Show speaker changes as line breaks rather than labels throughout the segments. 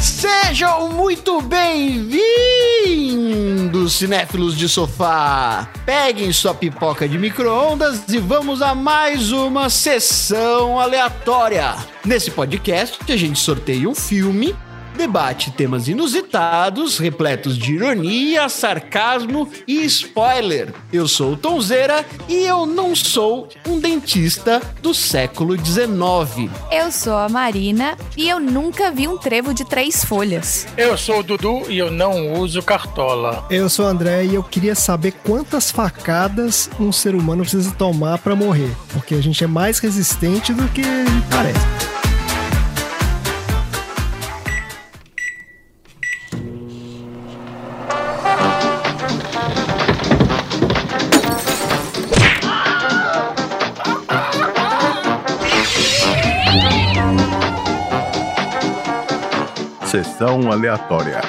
Sejam muito bem-vindos, cinéfilos de sofá. Peguem sua pipoca de micro-ondas e vamos a mais uma sessão aleatória. Nesse podcast, a gente sorteia um filme, debate temas inusitados, repletos de ironia, sarcasmo e spoiler. Eu sou o Tonzeira e eu não sou um dentista do século XIX.
Eu sou a Marina e eu nunca vi um trevo de três folhas.
Eu sou o Dudu e eu não uso cartola.
Eu sou o André e eu queria saber quantas facadas um ser humano precisa tomar pra morrer, porque a gente é mais resistente do que parece.
Sessão aleatória.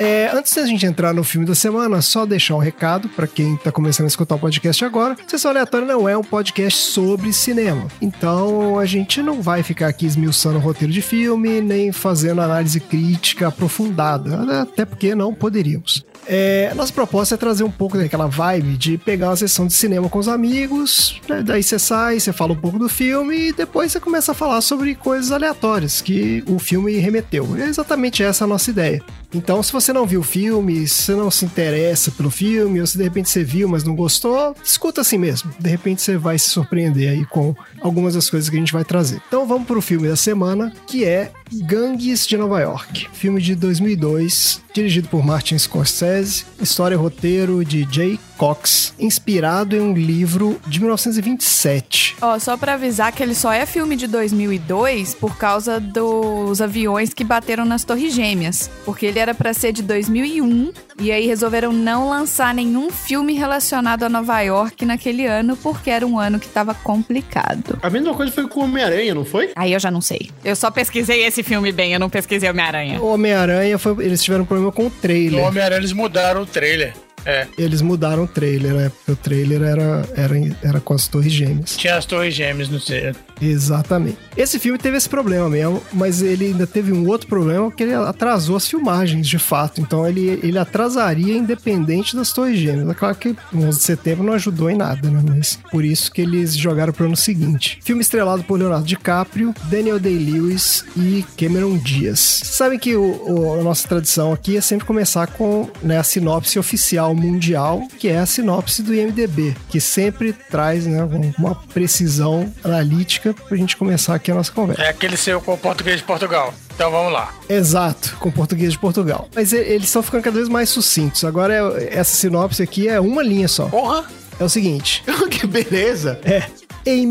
É, antes da gente entrar no filme da semana, só deixar um recado pra quem tá começando a escutar o podcast agora. Sessão Aleatória não é um podcast sobre cinema. Então a gente não vai ficar aqui esmiuçando o roteiro de filme, nem fazendo análise crítica aprofundada, até porque não poderíamos. É, nossa proposta é trazer um pouco daquela vibe de pegar uma sessão de cinema com os amigos, né? daí você sai, você fala um pouco do filme e depois você começa a falar sobre coisas aleatórias que o filme remeteu. É exatamente essa a nossa ideia. Então, se você não viu o filme, se você não se interessa pelo filme, ou se de repente você viu, mas não gostou, escuta assim mesmo. De repente você vai se surpreender aí com algumas das coisas que a gente vai trazer. Então, vamos pro filme da semana, que é Gangues de Nova York, filme de 2002, dirigido por Martin Scorsese, história e roteiro de Jay Cox, inspirado em um livro de 1927.
Ó, só pra avisar que ele só é filme de 2002 por causa dos aviões que bateram nas Torres Gêmeas, porque ele era pra ser de 2001 e aí resolveram não lançar nenhum filme relacionado a Nova York naquele ano porque era um ano que tava complicado.
A mesma coisa foi com o Homem-Aranha, não foi?
Aí eu já não sei.
Eu só pesquisei esse filme bem, eu não pesquisei Homem-Aranha.
O Homem-Aranha, foi- eles tiveram um problema com o
No
trailer.
Homem-Aranha eles mudaram o trailer. É,
Eles mudaram o trailer, né? Porque o trailer era, era, era com as Torres Gêmeas.
tinha as Torres Gêmeas no sei.
Exatamente. Esse filme teve esse problema mesmo, mas ele ainda teve um outro problema que ele atrasou as filmagens, de fato. Então ele, ele atrasaria independente das Torres Gêmeas. É claro que o 11 de setembro não ajudou em nada, né? Mas por isso que eles jogaram pro ano seguinte. Filme estrelado por Leonardo DiCaprio, Daniel Day-Lewis e Cameron Diaz. Sabem que o, o- a nossa tradição aqui é sempre começar com né, a sinopse oficial mundial, que é a sinopse do IMDB, que sempre traz né, um- uma precisão analítica pra gente começar aqui a nossa conversa.
É aquele seu com o português de Portugal. Então vamos lá.
Exato, com português de Portugal. Mas e- eles estão ficando cada vez mais sucintos. Agora, é- essa sinopse aqui é uma linha só.
Porra!
É o seguinte.
que beleza!
É. Em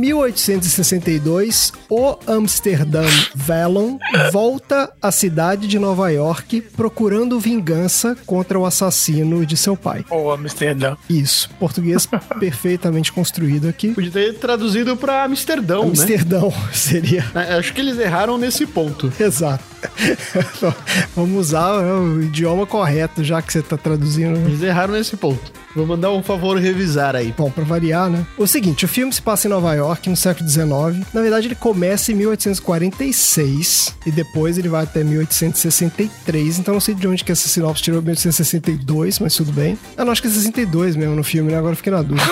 1862, o Amsterdã Vellon volta à cidade de Nova York procurando vingança contra o assassino de seu pai.
Ou Amsterdã.
Isso, português perfeitamente construído aqui.
Podia ter traduzido pra Amsterdão,
Amsterdão seria
né? Acho que eles erraram nesse ponto.
exato. Vamos usar né, o idioma correto, já que você está traduzindo. né?
Eles erraram nesse ponto. Vou mandar um favor revisar aí.
Bom, pra variar, né? O seguinte, o filme se passa em Nova York, no século XIX. Na verdade, ele começa em 1846 e depois ele vai até 1863. Então, não sei de onde que essa sinopse tirou 1862, mas tudo bem. Eu não acho que é 62 mesmo no filme, né? Agora eu fiquei na dúvida.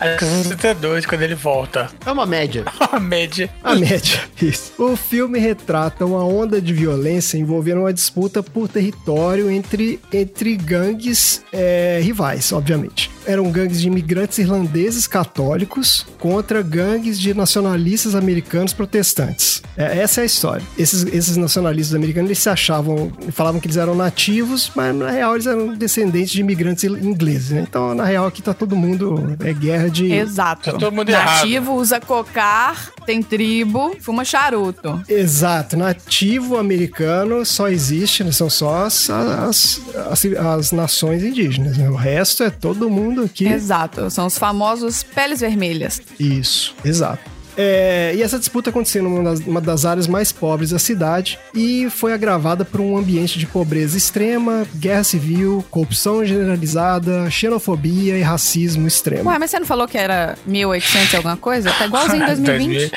É 62 quando ele volta.
É uma média.
A média.
A média. é Isso. O filme retrata uma onda de violência envolvendo uma disputa por território entre, entre gangues é, rivais, obviamente. Eram gangues de imigrantes irlandeses católicos contra gangues de nacionalistas americanos protestantes. É, essa é a história. Esses, esses nacionalistas americanos eles se achavam, falavam que eles eram nativos, mas na real eles eram descendentes de imigrantes ingleses. né? Então, na real, aqui tá todo mundo é guerra de.
Exato.
Tá todo mundo
Nativo usa cocar, tem tribo, fuma charuto.
Exato, nativo americano só existe, né, são só as, as, as, as nações indígenas, né? O resto é todo mundo aqui.
Exato. São os famosos peles vermelhas.
Isso, exato. É, e essa disputa aconteceu numa das, uma das áreas mais pobres da cidade e foi agravada por um ambiente de pobreza extrema, guerra civil, corrupção generalizada, xenofobia e racismo extremo.
Ué, mas você não falou que era 1800 e alguma coisa? Tá igualzinho em 2020.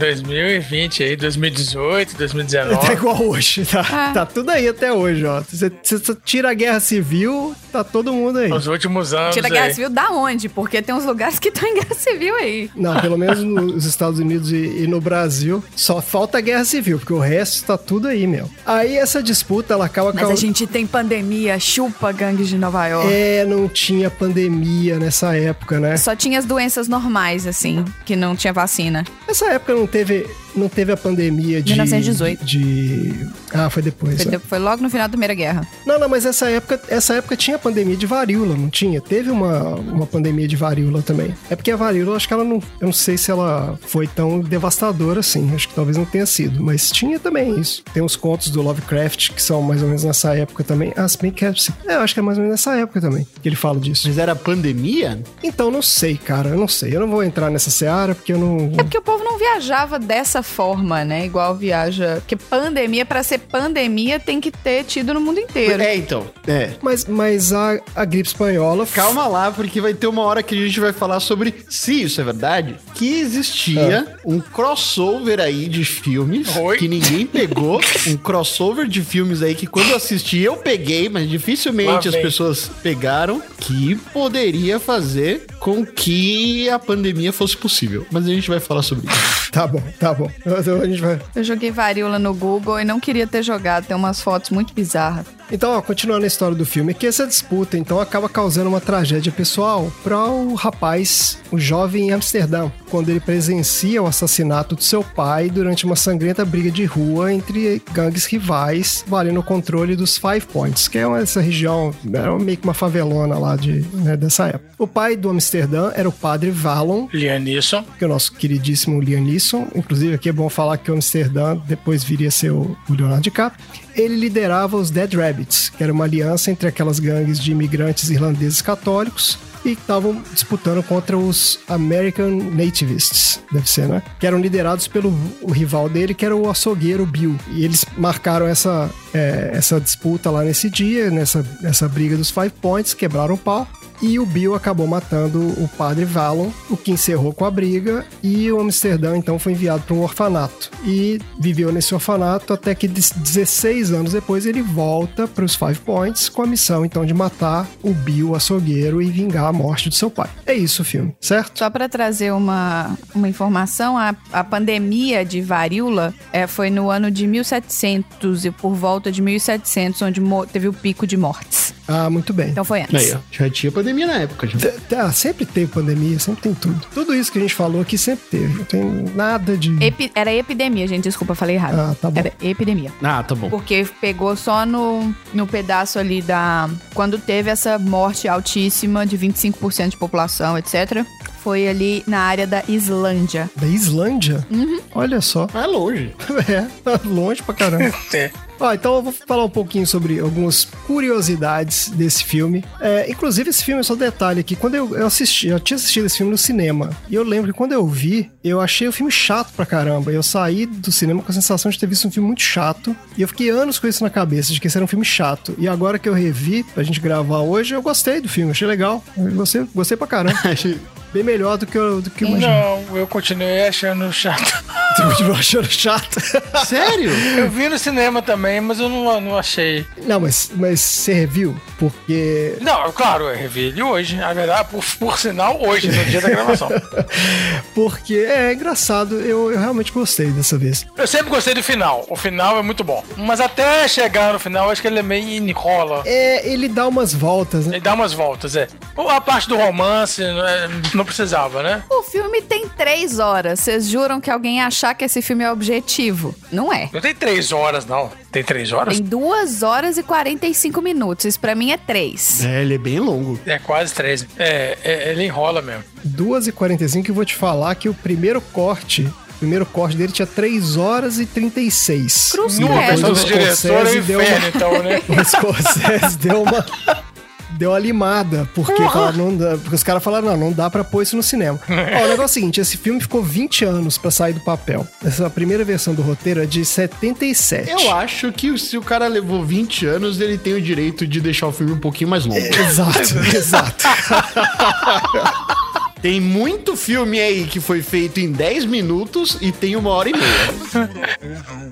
2020 aí, 2018,
Tá
2019.
igual hoje, tá,
Ah.
tá tudo aí até hoje, ó. Você você tira a guerra civil, tá todo mundo aí.
Os últimos anos é
Tira a guerra
aí.
civil da onde? Porque tem uns lugares que estão em guerra civil aí.
Não, pelo menos nos Estados Unidos e, e no Brasil, só falta a guerra civil, porque o resto tá tudo aí, meu. Aí essa disputa, ela acaba
Mas a gente tem pandemia, chupa gangues de Nova York.
É, não tinha pandemia nessa época, né?
É. Só tinha as doenças normais, assim, que não tinha vacina.
Nessa época não teve, não teve a pandemia de...
1918.
De... Ah, foi depois.
Foi,
né?
foi logo no final da Primeira Guerra.
Não, não, mas essa época, essa época tinha pandemia de varíola, não tinha? Teve uma, uma pandemia de varíola também. É porque a varíola, acho que ela não. Eu não sei se ela foi tão devastadora assim. Acho que talvez não tenha sido. Mas tinha também isso. Tem uns contos do Lovecraft que são mais ou menos nessa época também. Ah, se bem que é, é, eu acho que é mais ou menos nessa época também que ele fala disso.
Mas era pandemia?
Então, não sei, cara. Eu não sei. Eu não vou entrar nessa seara porque eu não.
É porque o povo não viajava dessa forma, né? Igual viaja. Porque pandemia, pra ser pandemia, tem que ter tido no mundo inteiro.
É, então. É.
Mas, mas a, a gripe espanhola.
Calma lá, porque vai ter uma hora que a gente vai falar sobre, se isso é verdade, que existia um crossover aí de filmes
Ah. Oi?
que ninguém pegou. um crossover de filmes aí que quando eu assisti eu peguei, mas
Lá
dificilmente as
vem.
pessoas pegaram, que poderia fazer com que a pandemia fosse possível. Mas a gente vai falar sobre isso.
Tá bom, tá bom. A gente vai.
Eu joguei varíola no Google e não queria ter jogado. Tem umas fotos muito bizarras.
Então, ó, continuando a história do filme, que essa disputa então acaba causando uma tragédia pessoal para o rapaz, o jovem em Amsterdã, quando ele presencia o assassinato de seu pai durante uma sangrenta briga de rua entre gangues rivais, valendo o controle dos Five Points, que é uma- essa região, era meio que uma favelona lá de, né, dessa época. O pai do Amsterdã era o padre Valon,
Lianisson.
que é o nosso queridíssimo Liam Neeson, inclusive aqui é bom falar que o Amsterdã depois viria a ser o o Leonardo DiCaprio, ele liderava os Dead Rabbits, que era uma aliança entre aquelas gangues de imigrantes irlandeses católicos e que estavam disputando contra os American Nativists, deve ser, né? Que eram liderados pelo o rival dele, que era o açougueiro Bill. E eles marcaram essa, é, essa disputa lá nesse dia, nessa, nessa briga dos Five Points, quebraram o pau. E o Bill acabou matando o padre Valon, o que encerrou com a briga, e o Amsterdã então foi enviado para um orfanato. E viveu nesse orfanato até que 16 anos depois ele volta para os Five Points com a missão então de matar o Bill açougueiro e vingar a morte de seu pai. É isso o filme, certo?
Só pra trazer uma, uma informação, a, a pandemia de varíola é, foi no ano de 1700 e por volta de 1700, onde mo- teve o pico de mortes.
Ah, muito bem.
Então foi antes.
Aí, ó. Já tinha pandemia na época, já.
T- t- ah, sempre teve pandemia, sempre tem tudo. Tudo isso que a gente falou aqui sempre teve. Não tem nada de.
Epi- era epidemia, gente, desculpa, falei errado.
Ah, tá bom.
Era epidemia.
Ah, tá bom.
Porque pegou só no, no pedaço ali da. Quando teve essa morte altíssima de 25% de população, etc. Foi ali na área da Islândia.
Da Islândia? Olha só.
Mas é longe.
É, longe pra caramba.
É.
Ó, então eu vou falar um pouquinho sobre algumas curiosidades desse filme. É, inclusive, esse filme, só detalhe aqui, quando eu, eu assisti, eu tinha assistido esse filme no cinema, e eu lembro que quando eu vi, eu achei o filme chato pra caramba. Eu saí do cinema com a sensação de ter visto um filme muito chato, e eu fiquei anos com isso na cabeça, de que esse era um filme chato. E agora que eu revi, pra gente gravar hoje, eu gostei do filme, achei legal. Eu gostei, gostei pra caramba. Bem melhor do que eu, do que eu imaginei.
Não, eu continuei achando chato.
Tipo, achando chato.
Sério?
Eu vi no cinema também, mas eu não, não achei.
Não, mas, mas você reviu? Porque
Não, claro, eu revi ele hoje. A verdade, por, por sinal, hoje, no dia da gravação.
Porque é engraçado, eu, eu realmente gostei dessa vez.
Eu sempre gostei do final. O final é muito bom. Mas até chegar no final, acho que ele é meio enrola.
É, ele dá umas voltas, né?
Ele dá umas voltas, é. Ou a parte do romance, não é- não precisava, né?
O filme tem três horas. Vocês juram que alguém ia achar achar que esse filme é objetivo. Não é.
Não tem três horas, não. Tem três horas?
Tem 2 horas e 45 minutos. Isso pra mim é 3.
É, ele é bem longo.
É quase três. É, é, ele enrola mesmo.
2h45 e vou te falar que o primeiro corte. O primeiro corte dele tinha 3 horas e 36.
Cruz
E
Não,
Numa
é.
depois
versão
o
do diretor é o
Scorsese deu
inferno,
uma,
então, né?
o Scorsese deu uma. Deu uma limada, porque, falaram, não dá- porque os caras falaram: não, não dá pra pôr isso no cinema. Ó, o negócio é o seguinte: esse filme ficou 20 anos pra sair do papel. Essa primeira versão do roteiro é de 77.
Eu acho que se o cara levou 20 anos, ele tem o direito de deixar o filme um pouquinho mais
É.
longo.
Exato, exato.
Tem muito filme aí que foi feito em 10 minutos e tem uma hora e meia.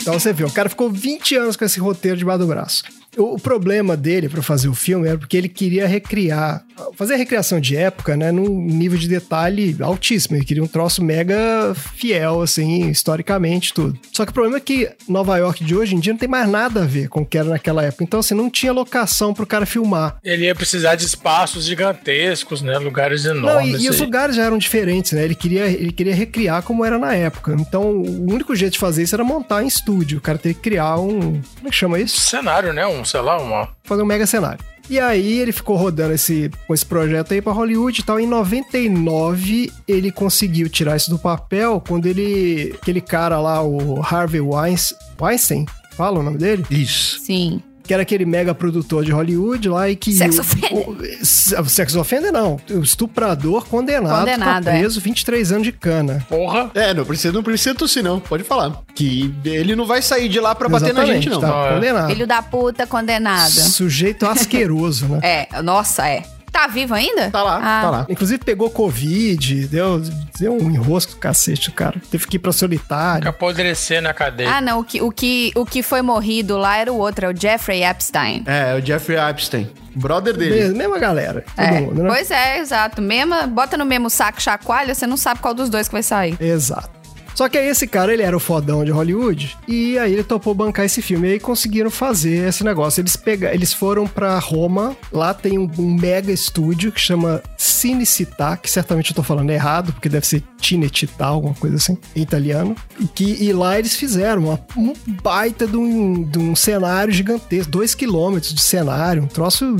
Então você vê, o cara ficou 20 anos com esse roteiro debaixo do braço. O, o problema dele pra fazer o filme era porque ele queria recriar, fazer a recriação de época, né, num nível de detalhe altíssimo. Ele queria um troço mega fiel, assim, historicamente, tudo. Só que o problema é que Nova York de hoje em dia não tem mais nada a ver com o que era naquela época. Então, assim, não tinha locação pro cara filmar.
Ele ia precisar de espaços gigantescos, né? Lugares
Não, e-
enormes.
e, os
aí.
lugares já eram diferentes, né? Ele queria, ele queria recriar como era na época. Então, o único jeito de fazer isso era montar em estúdio. O cara teria que criar um. Como é que chama isso?
Cenário, né? Um, sei lá, uma.
fazer um mega cenário. E aí ele ficou rodando esse, com esse projeto aí pra Hollywood e tal. Em 99 ele conseguiu tirar isso do papel quando ele, aquele cara lá, o Harvey Weins- Weinstein, fala o nome dele?
Isso.
Sim.
Que era aquele mega produtor de Hollywood lá e que...
Sex
o-
offender.
o- se- Sex offender não, o estuprador condenado,
Condenado, é.
tá preso 23 anos de cana.
Porra.
É, não precisa, não precisa tossir, não. Pode falar. Que ele não vai sair de lá pra bater na
Exatamente,
gente, não.
Tá
Ah, é.
condenado.
Filho da puta condenada.
Sujeito asqueroso, né?
É, nossa, é. Tá vivo ainda?
Tá lá,
Ah,
tá lá.
Inclusive pegou Covid, deu, deu um enrosco do cacete, cara. Teve que ir pra
Fica
solitário.
apodrecer na cadeia.
Ah, não. O que, o, que, o que foi morrido lá era o outro, é o Jeffrey Epstein.
É, o Jeffrey Epstein. Brother dele.
Mesma, mesma galera, todo
É.
mundo, né?
Pois é, exato. Mesma, bota no mesmo saco chacoalha, você não sabe qual dos dois que vai sair.
Exato. Só que aí esse cara, ele era o fodão de Hollywood, e aí ele topou bancar esse filme, e aí conseguiram fazer esse negócio. Eles, pega... Eles foram pra Roma, lá tem um, um mega estúdio que chama Cinecittà, que certamente eu tô falando errado, porque deve ser Cinecittà, alguma coisa assim, em italiano. E, que... e lá eles fizeram uma- um baita de um, de um cenário gigantesco, dois quilômetros de cenário, um troço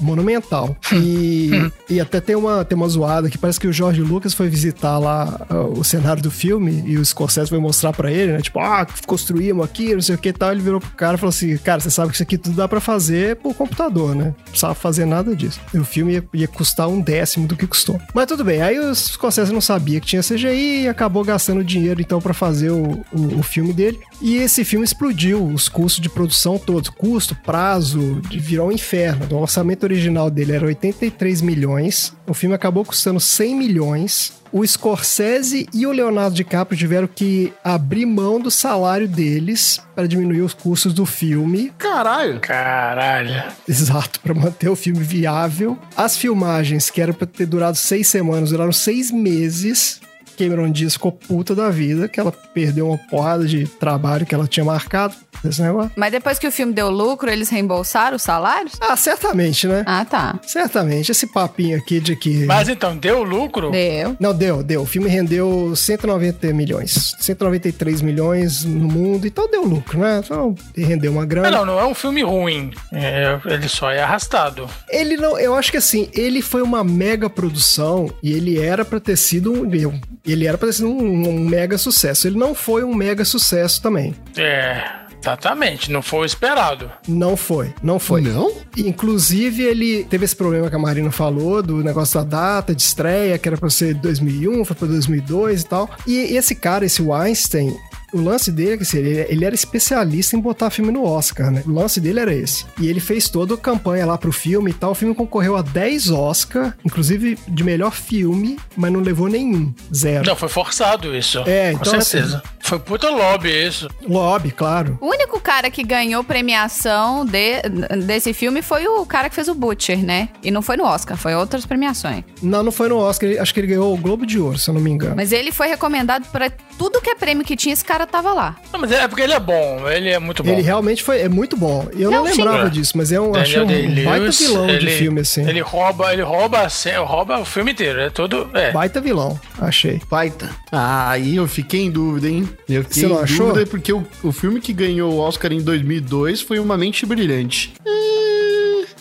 monumental. E, e até tem uma, tem uma zoada que parece que o Jorge Lucas foi visitar lá ah, o cenário do filme e o Scorsese foi mostrar pra ele, né? Tipo, ah, construímos aqui, não sei o que e tal. Ele virou pro cara e falou assim: Cara, você sabe que isso aqui tudo dá pra fazer por computador, né? Não precisava fazer nada disso. E o filme ia, ia custar um décimo do que custou. Mas tudo bem, aí o Scorsese não sabia que tinha CGI e acabou gastando dinheiro então pra fazer o, o, o filme dele. E esse filme explodiu os custos de produção todos. Custo, prazo, de- virou um inferno. O orçamento original dele era 83 milhões. O filme acabou custando 100 milhões. O Scorsese e o Leonardo DiCaprio tiveram que abrir mão do salário deles para diminuir os custos do filme.
Caralho.
Caralho.
Exato, para manter o filme viável. As filmagens, que eram pra ter durado seis semanas, duraram seis meses. Cameron Diaz ficou puta da vida, que ela perdeu uma porrada de trabalho que ela tinha marcado desse negócio.
Mas depois que o filme deu lucro, eles reembolsaram os salários?
Ah, certamente, né?
Ah, tá.
Certamente. Esse papinho aqui de que.
Mas então, deu lucro?
Deu.
Não, deu, deu. O filme rendeu 190 milhões. 193 milhões no mundo, então deu lucro, né? Então, rendeu uma grana.
Ah, não, não é um filme ruim. É, ele só é arrastado.
Ele não, eu acho que assim, ele foi uma mega produção e ele era pra ter sido um, ele era para ter sido um, um mega sucesso. Ele não foi um mega sucesso também.
É, exatamente. Não foi o esperado.
Não foi, não foi.
Não?
Inclusive, ele teve esse problema que a Marina falou, do negócio da data de estreia, que era pra ser 2001, foi pra 2002 e tal. E esse cara, esse Weinstein, o lance dele é que assim, ele, ele era especialista em botar filme no Oscar, né? O lance dele era esse. E ele fez toda a campanha lá pro filme e tal. O filme concorreu a 10 Oscar, inclusive de melhor filme, mas não levou nenhum. Zero.
Não, foi forçado isso.
É,
com
então assim,
certeza. Foi um puta lobby isso.
Lobby, claro.
O único cara que ganhou premiação de- desse filme foi o cara que fez o Butcher, né? E não foi no Oscar, foi outras premiações.
Não, não foi no Oscar, ele- acho que ele ganhou o Globo de Ouro, se eu não me engano.
Mas ele foi recomendado pra tudo que é prêmio que tinha, esse cara tava lá.
Não, mas é porque ele é bom, ele é muito bom.
Ele realmente foi é muito bom. Eu não,
Não, sim.
lembrava disso, mas é um, achei um baita vilão de filme, assim.
Ele rouba, ele rouba, a ce- rouba o filme inteiro, é todo. É.
Baita vilão, achei.
Baita. Ah, aí eu fiquei em dúvida, hein? Eu fiquei
Você não
em
achou?
dúvida porque o, o filme que ganhou o Oscar em 2002 foi Uma Mente Brilhante. Ah,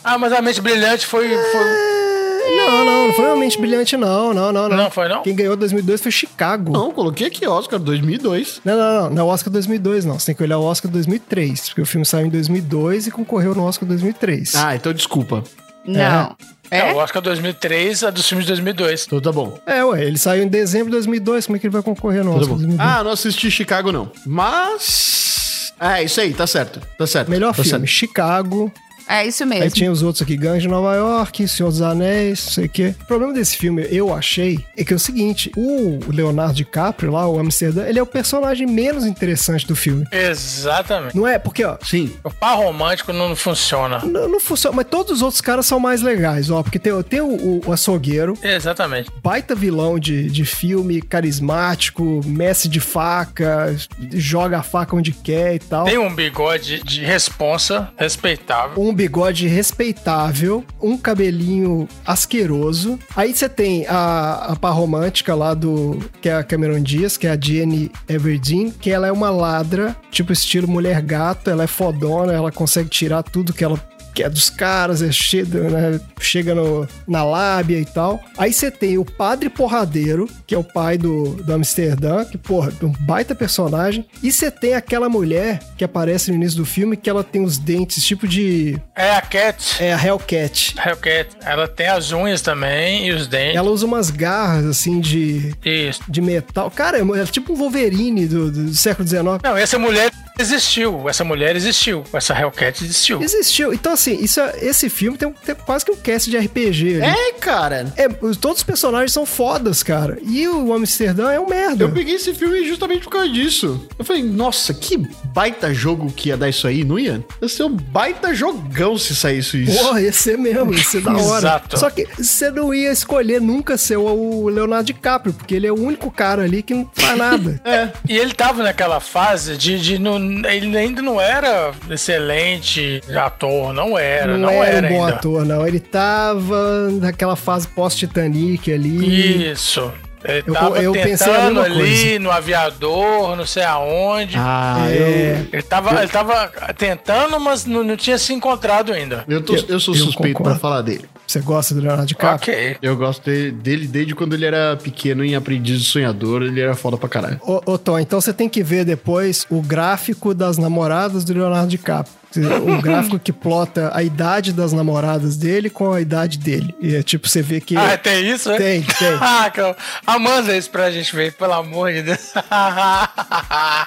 Ah, mas a mente brilhante foi. foi-
Não, não, não foi realmente brilhante, não, não, não, não.
Não foi, não?
Quem ganhou 2002 foi Chicago. Não,
Não, coloquei aqui Oscar 2002.
não, não, não é o Oscar 2002, não. Você tem que olhar o Oscar 2003, porque o filme saiu em 2002 e concorreu no Oscar 2003.
Ah, então desculpa.
Não. É?
É, o Oscar 2003, a dos filmes de 2002.
Então tá bom.
É, ué, ele saiu em dezembro de 2002, como é que ele vai concorrer no
Então tá
Oscar
bom.
2002?
Ah, não assisti Chicago, não. Mas. É, isso aí, tá certo. Tá certo.
Melhor
tá
filme,
certo.
Chicago.
É isso
Aí
mesmo.
tinha os outros aqui, Gangue de Nova York, Senhor dos Anéis, não sei o quê. O problema desse filme, eu achei, é que é o seguinte, o Leonardo DiCaprio lá, o Amsterdã, ele é o personagem menos interessante do filme.
Exatamente.
Não é? Porque, ó,
Sim.
O par romântico não funciona.
Não, não funciona, mas todos os outros caras são mais legais, ó. Porque tem, tem o, o açougueiro,
Exatamente.
baita vilão de, de filme, carismático, mestre de faca, joga a faca onde quer e tal.
Tem um bigode de responsa, respeitável.
Um bigode respeitável, um cabelinho asqueroso. Aí você tem a, a par romântica lá do. que é a Cameron Diaz, que é a Jenny Everdeen, que ela é uma ladra, tipo estilo mulher gato, ela é fodona, ela consegue tirar tudo que ela que é dos caras, é cheio, do- né, chega no- na lábia e tal. Aí você tem o Padre Porradeiro, que é o pai do, do Amsterdã, que, porra, é um baita personagem. E você tem aquela mulher que aparece no início do filme, que ela tem os dentes tipo de...
É a Cat.
É a Hellcat.
Hellcat. Ela tem as unhas também e os dentes.
Ela usa umas garras, assim, de,
Isso.
de metal. Cara, é, é tipo um Wolverine do, do século XIX.
Não, essa mulher existiu. Essa mulher existiu. Essa Hellcat existiu.
Existiu. Então, assim, isso é- esse filme tem, um- tem quase que um cast de RPG ali.
É, cara.
É, os- todos os personagens são fodas, cara. E o Amsterdã é um merda.
Eu peguei esse filme justamente por causa disso. Eu falei, nossa, que baita jogo que ia dar isso aí, não ia? Ia ser um baita jogão se saísse isso.
Porra, ia ser mesmo, ia ser da hora.
Exato.
Só que você não ia escolher nunca ser o o Leonardo DiCaprio, porque ele é o único cara ali que não faz nada.
E ele tava naquela fase de. de não- ele ainda não era excelente ator, não era,
não,
não,
era,
era,
um bom
ainda.
ator, não. Ele tava naquela fase pós-Titanic ali.
Isso. Ele
Eu-
tava
eu pensei a
tentando
mesma
ali
coisa.
no aviador, não sei aonde.
Ah,
É.
eu.
Ele tava, ele tava tentando, mas não, não tinha se encontrado ainda.
Eu, tô- eu sou
Eu
suspeito pra
concordo.
falar dele.
Você gosta do Leonardo DiCaprio?
Ok.
Eu gosto de- dele desde quando ele era pequeno em Aprendiz e Sonhador, ele era foda pra caralho.
Ô, ô, Tom, então você tem que ver depois o gráfico das namoradas do Leonardo DiCaprio. O gráfico que plota a idade das namoradas dele com a idade dele. E é tipo, você vê que.
Ah, tem isso, é?
Tem, tem.
Ah, que eu- ah, manda isso pra gente ver, pelo amor de Deus.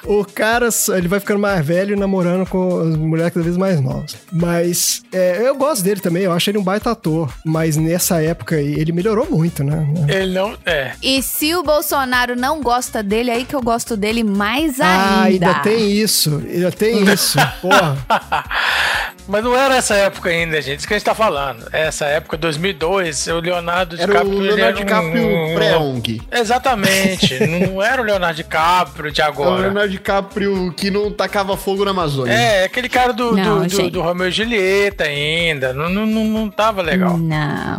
O cara, só- ele vai ficando mais velho e namorando com as mulheres cada vez mais novas. Mas é, eu gosto dele também, eu acho ele um baita ator. Mas nessa época aí, ele melhorou muito, né?
ele não. É.
E se o Bolsonaro não gosta dele, é aí que eu gosto dele mais
Ah,
ainda.
ainda tem isso, ainda tem isso. Porra,
Mas não era essa época ainda, gente. Isso que a gente tá falando. Essa época, 2002, o Leonardo
Era
DiCaprio.
o
ele
Leonardo
era um-
DiCaprio pré-ONG.
Exatamente. não era o Leonardo DiCaprio de
É o
agora.
Leonardo DiCaprio que não tacava fogo na Amazônia.
É, aquele cara do,
Não,
do, do,
gente.
do Romeu e Julieta ainda. Não, não, não, não tava legal.
Não.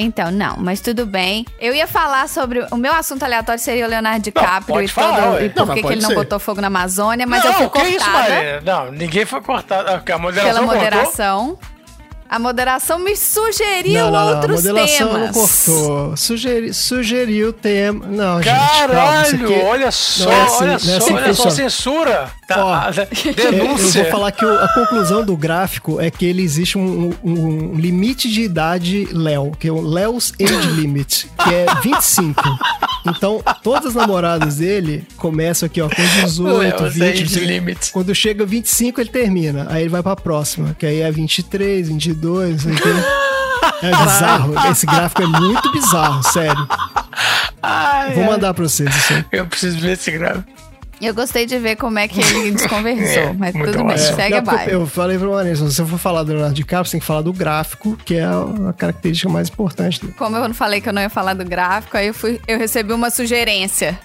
Então, não, mas tudo bem. Eu ia falar sobre. O meu assunto aleatório seria o Leonardo DiCaprio
pode
e,
falar,
todo,
ué.
e
Não,
por
mas
que que
pode
ele não
ser.
botou fogo na Amazônia, mas
não,
eu fui
que
cortada
isso, Maria? Não, ninguém foi cortado. Ah, A
pela
moderação cortou?
moderação. A moderação me sugeriu outros
a moderação
temas.
não cortou. Sugeri, sugeriu o tema. Não, gente, calma, isso
Caralho,
aqui-
olha só,
não é assim- não é
olha
assim
só,
que
olha só,
funciona.
censura. Tá,
Ó,
ah,
É, Eu
denúncia.
vou falar que o- a conclusão do gráfico é que ele existe um, um- um limite de idade Léo, que é o Léo's Age Limit, que é 25. Então, todas as namoradas dele começam aqui, ó, com 18,
Léo's
20.
Age
não sei o quê.
Limit.
Quando chega 25, ele termina. Aí ele vai pra próxima, que aí é 23, 22, não sei o quê. É bizarro. Esse gráfico é muito bizarro, sério.
Ai,
Vou
ai,
mandar pra vocês isso aí.
Eu preciso ver esse gráfico.
Eu gostei de ver como é que ele desconversou, mas
É, muito
tudo bem,
ótimo.
segue a
Não, porque
vibe.
É, eu falei pra Vanessa, se você for falar do Leonardo DiCaprio, você tem que falar do gráfico, que é a característica mais importante dele.
Como eu não falei que eu não ia falar do gráfico, aí eu, fui, eu recebi uma sugerência.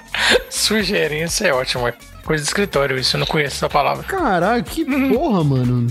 Sugerência é ótimo, é coisa de escritório isso, eu não conheço essa palavra.
Caralho, que porra, mano.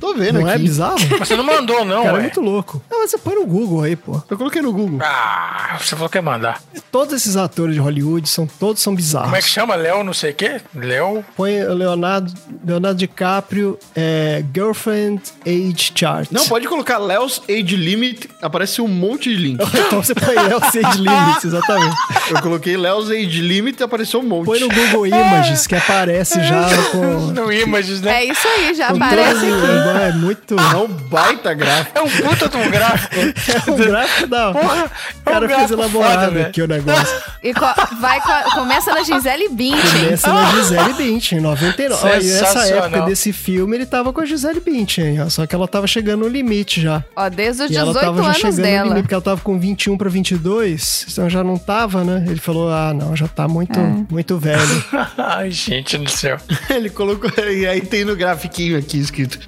Tô vendo
Hum. Não é
aqui.
bizarro?
Você não mandou, não,
O cara é
ué.
muito louco. Não, mas você põe no Google aí, pô.
Eu coloquei no Google.
Ah, você falou que ia mandar.
Todos esses atores de Hollywood são todos são bizarros.
Como é que chama? Léo não sei o quê? Léo?
Põe o Leonardo, Leonardo DiCaprio, é, Girlfriend Age Chart.
Não, pode colocar Leo's Age Limit, aparece um monte de link.
Então você põe Léo Sage Limits, exatamente.
Eu coloquei Leo's Age Limit, apareceu um monte.
Põe no Google Images, que aparece já com...
No Images,
É
né?
isso aí, já
com
aparece
todo-
aqui.
É muito...
É um baita gráfico.
É um puta de um gráfico.
É um gráfico da...
Porra,
O
é um
cara fez
gráfico
elaborado
foda, né?
aqui o negócio.
E co- vai, co- começa na Gisele Bündchen.
Começa na Gisele Bündchen, em 99. Olha, e nessa
Sensacional.
época desse filme, ele tava com a Gisele Bündchen, ó, só que ela tava chegando no limite já.
Ó, desde os
E ela
18
tava já
anos
chegando no
dela.
limite, porque ela tava com 21 pra 22, então já não tava, né? Ele falou, ah, não, já tá muito,
É.
muito velho.
Ai, gente do céu.
Ele colocou. E aí tem no grafiquinho aqui escrito: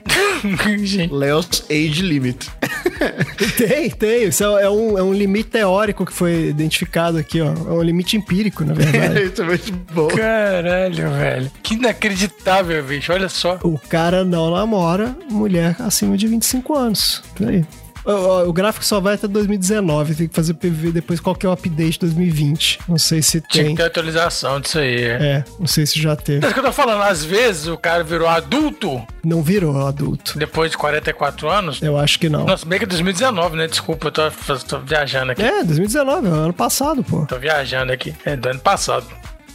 gente.
Leo's Age Limit.
tem, tem. Isso é, é um, é um limite teórico que foi identificado aqui, ó. É um limite empírico, na verdade.
Isso é muito bom.
Caralho, velho. Que inacreditável, bicho. Olha só.
O cara não namora mulher acima de 25 anos. Por aí. Ó, ó, O, gráfico só vai até 2019. Tem que fazer PV depois qual que é o update de 2020. Não sei se
Tinha
tem.
que ter atualização disso aí. É.
É, não sei se já teve.
Mas o que eu tô falando, às vezes o cara virou adulto
Não virou adulto.
depois de 44 anos.
Eu acho que não.
Nossa, bem que é 2019, né? Desculpa, eu tô, tô viajando aqui.
É, 2019, é o ano passado, pô.
Tô viajando aqui. É do ano passado.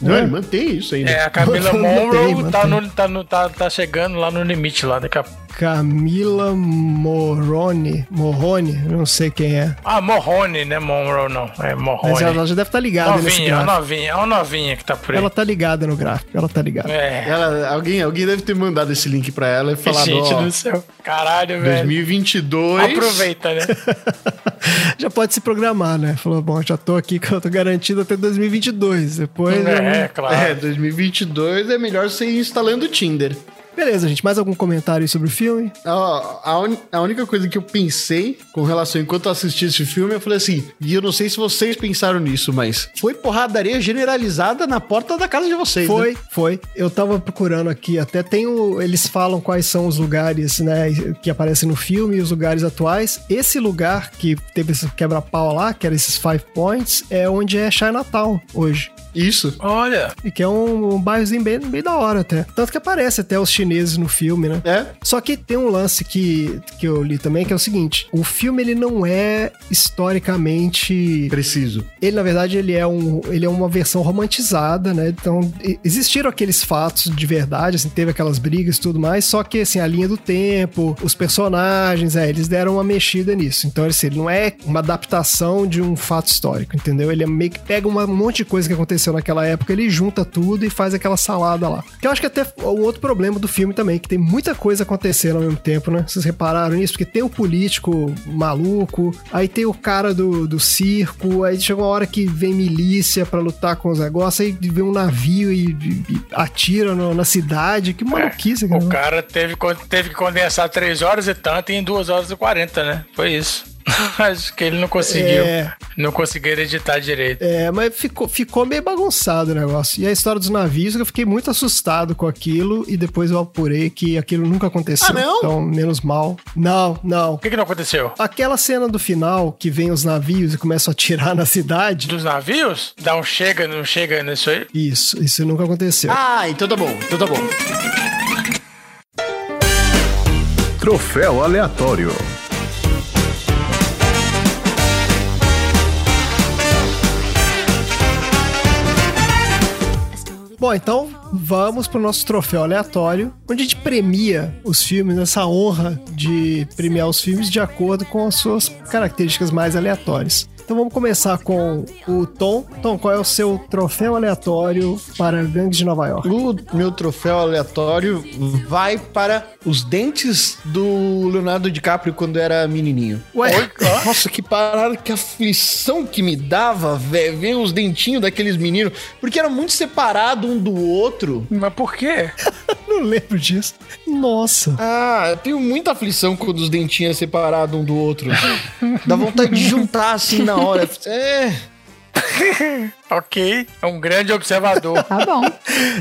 Não, ele mantém isso ainda.
É, a Camila
Mantém,
Monroe tá,
mantém.
no, tá, no, tá, tá chegando lá no limite, lá daqui a
Camila Morone. Morrone, eu não sei quem é.
Ah, Morrone, né? Monroe não. É
Mas
Morrone.
ela já deve estar ligada nesse
Novinha, é uma
gráfico.
novinha, é uma novinha que tá por aí.
Ela tá ligada no gráfico, ela tá ligada.
É.
Ela, alguém, alguém deve ter mandado esse link pra ela e falado:
gente
tá ó,
do céu. Caralho, velho.
2022.
Aproveita, né?
já pode se programar, né? Falou, bom, já tô aqui que eu tô garantido até 2022. Depois.
é, claro.
É, 2022 é melhor você ir instalando o Tinder.
Beleza, gente. Mais algum comentário aí sobre o filme?
A, a un- a única coisa que eu pensei com relação enquanto eu assisti esse filme, eu falei assim, e eu não sei se vocês pensaram nisso, mas foi porradaria generalizada na porta da casa de vocês. né?
Foi, foi. Eu tava procurando aqui, até tem o. Eles falam quais são os lugares, né, que aparecem no filme e os lugares atuais. Esse lugar que teve esse quebra-pau lá, que era esses Five Points, é onde é Chinatown hoje.
Isso.
Olha,
E que é um, um bairrozinho bem, bem da hora até. Tanto que aparece até os chineses no filme, né?
É.
Só que tem um lance que, que eu li também, que é o seguinte: o filme ele não é historicamente
Preciso.
ele na verdade ele é, um, ele é uma versão romantizada, né? Então e- existiram aqueles fatos de verdade, assim, teve aquelas brigas e tudo mais, só que assim a linha do tempo, os personagens, é, eles deram uma mexida nisso. Então assim, ele não é uma adaptação de um fato histórico, entendeu? Ele é meio que pega uma- um monte de coisa que aconteceu naquela época, ele junta tudo e faz aquela salada lá. Que eu acho que até um outro problema do filme também, que tem muita coisa acontecendo ao mesmo tempo, né? Vocês repararam isso? Porque tem o político maluco, aí tem o cara do, do circo, aí chega uma hora que vem milícia pra lutar com os negócios, aí vem um navio e, e- e atira no- na cidade. Que maluquice, cara.
É, o cara teve, con- teve que condensar 3 horas e tanto em 2 horas e 40, né? Foi isso. Acho que ele não conseguiu.
É.
Não conseguiu editar direito.
É, mas ficou, ficou meio bagunçado o negócio. E a história dos navios, eu fiquei muito assustado com aquilo e depois eu apurei que aquilo nunca aconteceu.
Ah, não?
Então, menos mal. Não, não.
O que, que não aconteceu?
Aquela cena do final que vem os navios e começam a atirar na cidade.
Dos navios? Dá um chega, não chega nisso aí?
Isso, isso nunca aconteceu.
Ah, então tá bom, então tá bom.
Troféu aleatório.
Bom, então vamos pro nosso troféu aleatório, onde a gente premia os filmes, essa honra de premiar os filmes de acordo com as suas características mais aleatórias. Então, Então vamos começar com o Tom. Tom, qual é o seu troféu aleatório para Gangues de Nova York?
O meu troféu aleatório vai para os dentes do Leonardo DiCaprio quando era menininho.
Ué?
Nossa, que parada, que aflição que me dava, velho, ver os dentinhos daqueles meninos. Porque era muito separado um do outro.
Mas por quê?
Não lembro disso. Nossa.
Ah, eu tenho muita aflição quando os dentinhos é separado um do outro. Dá vontade de juntar assim na hora. É.
Ok, é um grande observador.
Tá bom.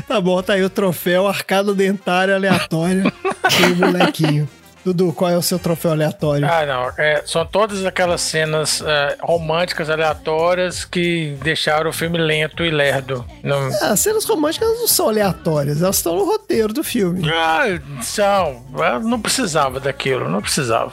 Tá bom, tá aí o troféu arcada dentária aleatória do molequinho. Dudu, qual é o seu troféu aleatório?
Ah, não. é, são todas aquelas cenas é, românticas aleatórias que deixaram o filme lento e lerdo. Não...
Ah, As cenas românticas não são aleatórias, elas estão no roteiro do filme.
Ah, são. Eu Não precisava daquilo, não precisava.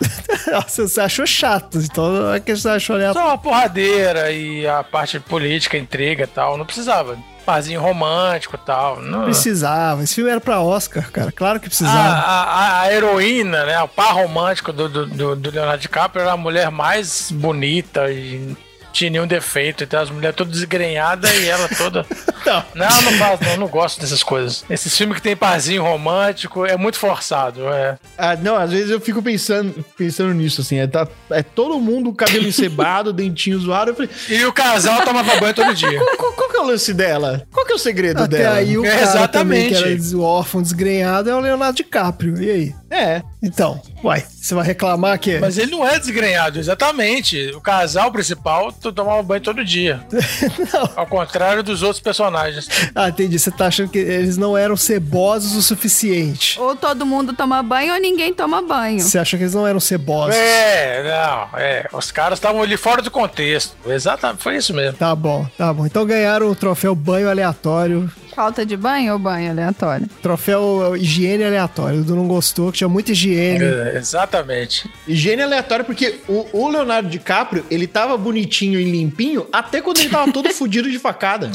Você achou chato, então é que você achou aleatório.
Só uma porradeira e a parte política, intriga e tal, não precisava. Parzinho romântico e tal. Não
Precisava, esse filme era pra Oscar, cara, claro que
A,
precisava.
a, a- a heroína, né? O par romântico do, do, do- do Leonardo DiCaprio era a mulher mais bonita e tinha nenhum defeito. Então as mulheres todas desgrenhadas e ela toda.
Não.
Não, não faz, não, não gosto dessas coisas. Esses filmes que tem parzinho romântico é muito forçado. É.
Ah, não, às vezes eu fico pensando, pensando nisso, assim. É, tá- é todo mundo, cabelo encebado, dentinho zoado. Eu falei,
E o casal tomava banho todo dia.
qual, qual que é o lance dela? Qual que é o segredo
Até
dela?
aí o
É,
cara também
exatamente.
que era des- o órfão desgrenhado é o Leonardo DiCaprio, e aí?
É.
Então, uai, você vai reclamar que...
Mas ele não é desgrenhado, exatamente. O casal principal to- tomava banho todo dia.
Não.
Ao contrário dos outros personagens.
Ah, entendi, você tá achando que eles não eram cebosos o suficiente.
Ou todo mundo toma banho ou ninguém toma banho.
Você achou que eles não eram cebosos.
É, não, é. Os caras estavam ali fora do contexto. Exatamente, foi isso mesmo.
Tá bom, tá bom. Então ganharam o troféu banho aleatório,
Falta de banho ou banho aleatório?
troféu eh, higiene aleatório. O Dudu não gostou, que tinha muita higiene.
É, exatamente.
Higiene aleatória, porque o, o Leonardo DiCaprio, ele tava bonitinho e limpinho até quando ele tava todo fudido de
É
facada.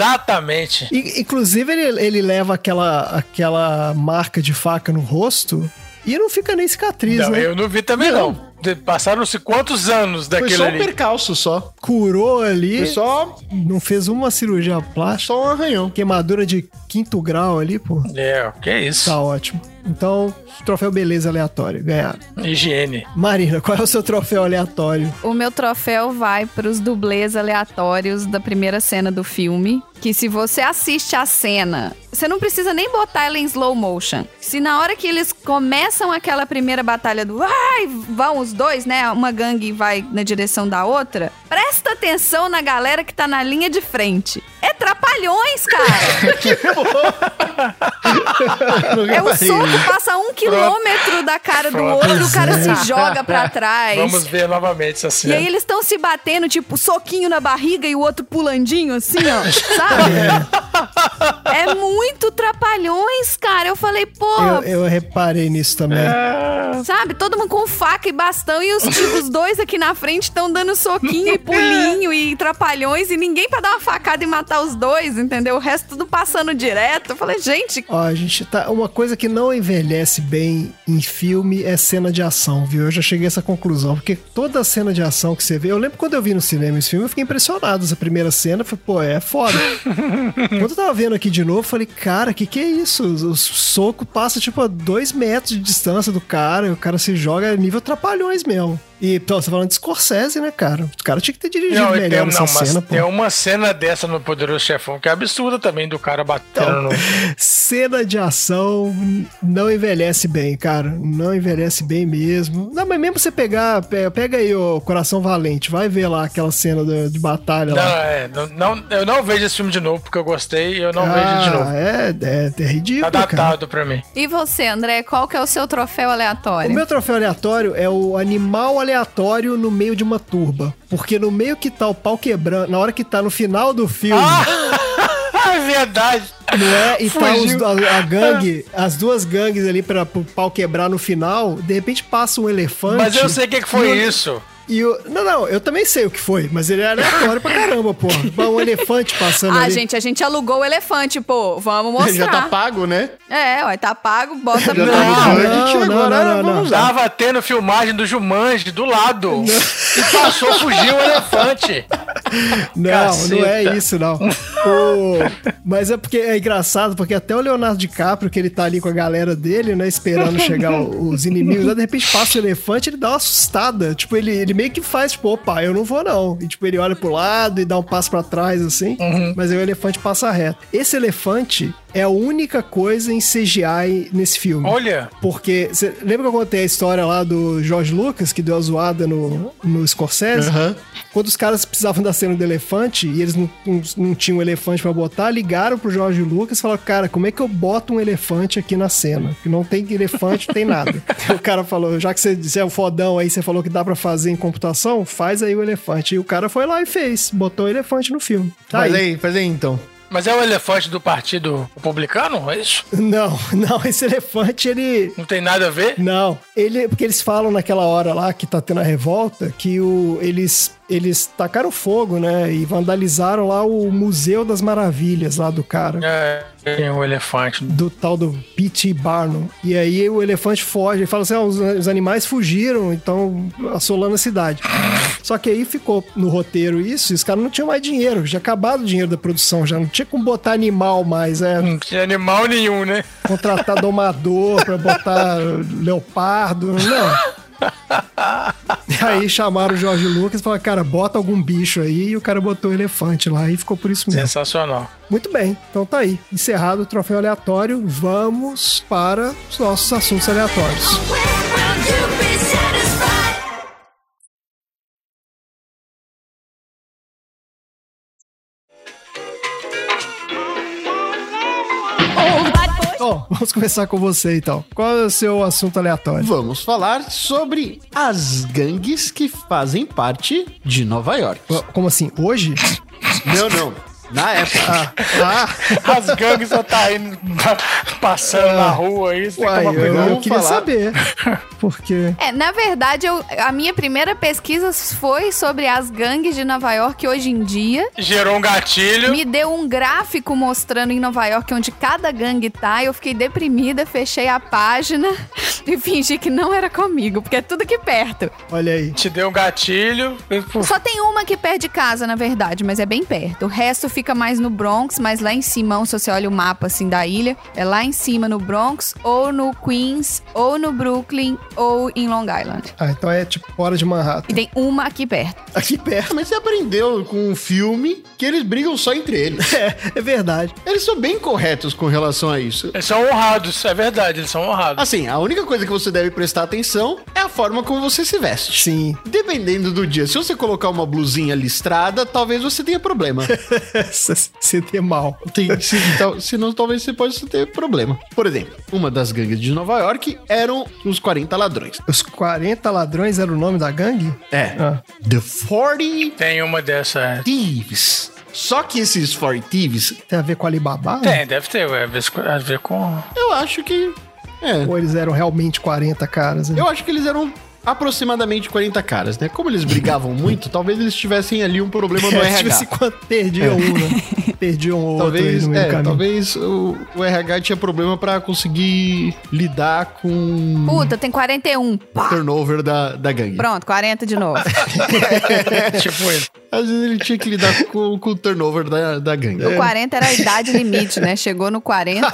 Exatamente.
E, inclusive, ele, ele leva aquela, aquela marca de faca no rosto e não fica nem cicatriz,
Não,
né?
eu não vi também, não. De- Passaram-se quantos anos
Foi
daquilo
só um
ali?
percalço só.
Curou ali,
Foi só,
não fez uma cirurgia plástica,
só um arranhão.
queimadura de quinto grau ali, pô.
É, que isso.
Tá ótimo. Então, troféu beleza aleatório, ganharam.
Higiene.
Marina, qual é o seu troféu aleatório?
O meu troféu vai para os dublês aleatórios da primeira cena do filme. Que se você assiste a cena, você não precisa nem botar ela em slow motion. Se na hora que eles começam aquela primeira batalha do ai, vão os dois, né? Uma gangue vai na direção da outra, presta atenção na galera que tá na linha de frente. É trapalhões, cara! é um som que passa um quilômetro da cara do
Pronto.
outro, o cara se joga pra trás.
Vamos ver novamente essa
É E
cena.
É.
aí eles estão se batendo, tipo, soquinho na barriga e o outro pulandinho, assim, ó. Sabe? É muito trapalhões, cara. Eu falei, pô,
Eu, eu reparei nisso também.
sabe? Todo mundo com faca e bastão e os, tipo, os dois aqui na frente estão dando
É.
soquinho e pulinho e trapalhões e ninguém pra dar uma facada e matar os dois, entendeu? O resto tudo passando direto. Eu falei, gente,
Ó, a gente tá. Uma coisa que não envelhece bem em filme é cena de ação, viu? Eu já cheguei a essa conclusão. Porque toda cena de ação que você vê. Eu lembro quando eu vi no cinema esse filme, eu fiquei impressionado. Essa primeira cena, eu falei, pô, é foda. quando eu tava vendo aqui de novo, eu falei, cara, que que é isso? O soco passa, tipo, a dois metros de distância do cara, e o cara se joga nível trapalhões mesmo. E, pô, você tá falando de Scorsese, né, cara? O cara tinha que ter dirigido
Não, e tem, um,
melhor essa
não, mas
cena, pô.
tem uma cena dessa no Poderoso Chefão que é absurda também, do cara
Então.
batendo no.
Cena de ação não envelhece bem, cara. Não envelhece bem mesmo. Não, mas mesmo você pegar. pe- Pega aí o Coração Valente, vai ver lá aquela cena do- de batalha
Não,
lá.
é, não, não- eu não vejo esse filme de novo, porque eu gostei e eu não vejo de novo.
Ah, É, é, é
Tá
ridículo. cara.
datado pra mim.
e você, André, qual que é o seu troféu
O
aleatório?
meu troféu aleatório é o animal aleatório no meio de uma turba. Porque no meio que tá o pau quebrando, na hora que tá no final do filme,
Ah, é verdade.
não é? E tá os- a, a gangue, as duas gangues ali pra, pro pau quebrar no final, de repente passa um elefante.
Mas eu sei o que, que foi
e o-
isso.
E o. Não, não, eu também sei o que foi, mas ele era aleatório pra caramba, porra. Um elefante passando
Ah,
ali.
gente, a gente alugou o elefante, pô. Vamos
Ele já
mostrar.
tá pago, né?
É, ó, tá pago, bota
Já
pra-
tá no budget,
não, não,
agora
não, não.
vamos lá.
Tava tendo filmagem do Jumanji do lado. E passou, fugiu o elefante.
Não, não
Caceta.
é isso, não. O- Mas é porque é engraçado, porque até o Leonardo DiCaprio, que ele tá ali com a galera dele, né, esperando chegar o- os inimigos, lá, de repente passa o elefante, ele dá uma assustada. Tipo, ele, ele meio que faz, tipo, opa, eu não vou não. E tipo, ele olha pro lado e dá um passo pra trás, assim,
Uhum.
mas aí o elefante passa reto. Esse elefante é a única coisa em CGI nesse filme.
Olha.
Porque, você lembra que eu contei a história lá do George Lucas, que deu a zoada no, no Scorsese?
Aham.
Quando os caras precisavam da cena do elefante e eles não, não, não tinham um elefante pra botar, ligaram pro Jorge Lucas e falaram: Cara, como é que eu boto um elefante aqui na cena? Que não tem elefante, não tem nada. o cara falou: Já que você, você é um fodão aí, você falou que dá pra fazer em computação, faz aí o elefante. E o cara foi lá e fez, botou o elefante no filme. Tá
Faz
aí.
aí, faz aí então.
Mas é o elefante do Partido Republicano? É isso?
Não, não, esse elefante ele.
Não tem nada a ver?
Não, ele porque eles falam naquela hora lá que tá tendo a revolta que o, eles eles tacaram fogo, né, e vandalizaram lá o Museu das Maravilhas lá do cara.
É, tem um elefante.
Do tal do P.T. Barnum. E aí o elefante foge. Ele fala assim: ah, os, os animais fugiram, então assolando a cidade. Só que aí ficou no roteiro isso, e os caras não tinham mais dinheiro. Já acabado o dinheiro da produção, já não tinha como botar animal mais. É,
Não tinha animal nenhum, né?
contratar domador pra botar leopardo, não. E aí chamaram o Jorge Lucas e falaram, cara, bota algum bicho aí. E o cara botou o elefante lá e ficou por isso mesmo.
Sensacional.
Muito bem, então tá aí. Encerrado o troféu aleatório, vamos para os nossos assuntos aleatórios. Bom, vamos começar com você então. Qual é o seu assunto aleatório?
Vamos falar sobre as gangues que fazem parte de Nova York.
Como assim? Hoje?
Não, não. Na época.
As gangues só tá indo passando
Ah.
na rua aí, você tem que
Uai,
tomar
eu,
cuidado.
eu
vamos
queria
falar.
saber. Porque.
É, na verdade, eu- a minha primeira pesquisa foi sobre as gangues de Nova York hoje em dia.
Gerou um gatilho.
Me deu um gráfico mostrando em Nova York onde cada gangue tá. Eu fiquei deprimida, fechei a página e fingi que não era comigo, porque é tudo aqui perto.
Olha aí.
Te deu um gatilho. e, pô,
Só tem uma que perto de casa, na verdade, mas é bem perto. O resto fica mais no Bronx, mas lá em cima, se você olha o mapa assim da ilha, é lá em cima no Bronx, ou no Queens, ou no Brooklyn, ou em Long Island.
Ah, então é tipo fora de Manhattan.
E tem uma aqui perto.
Aqui perto.
Mas você aprendeu com um filme que eles brigam só entre eles.
É, é verdade.
Eles são bem corretos com relação a isso.
Eles são honrados, é verdade, eles são honrados.
Assim, a única coisa que você deve prestar atenção é a forma como você se veste.
Sim.
Dependendo do dia, se você colocar uma blusinha listrada, talvez você tenha problema.
Você ter mal.
Tem, se, tal- senão talvez você possa ter problema. Por exemplo, uma das gangues de Nova York eram os 40 ladrões.
Os 40 ladrões era o nome da gangue?
É.
Ah.
The 40
Tem uma dessa. é.
Thieves. Só que esses 40 Thieves,
Tem a ver com Alibaba?
É.
Tem, deve ter, ué, às vezes- às vezes com. um
eu acho que. É.
Ou eles eram realmente 40 caras? né?
Eu acho que eles eram aproximadamente 40 caras, né? Como eles brigavam muito, talvez eles tivessem ali um problema no
É, tipo
RH.
assim, quando perdiam um, né? Perdiam outro aí
Talvez,
no meio do
é,
caminho.
talvez o, o RH tinha problema pra conseguir lidar com
Puta, tem 41.
o
Pá.
turnover da, da gangue.
Pronto, 40 de novo.
tipo isso.
Às vezes ele tinha que lidar com, com o turnover da, da
É,
gangue.
O 40 era a idade limite, né? Chegou no 40.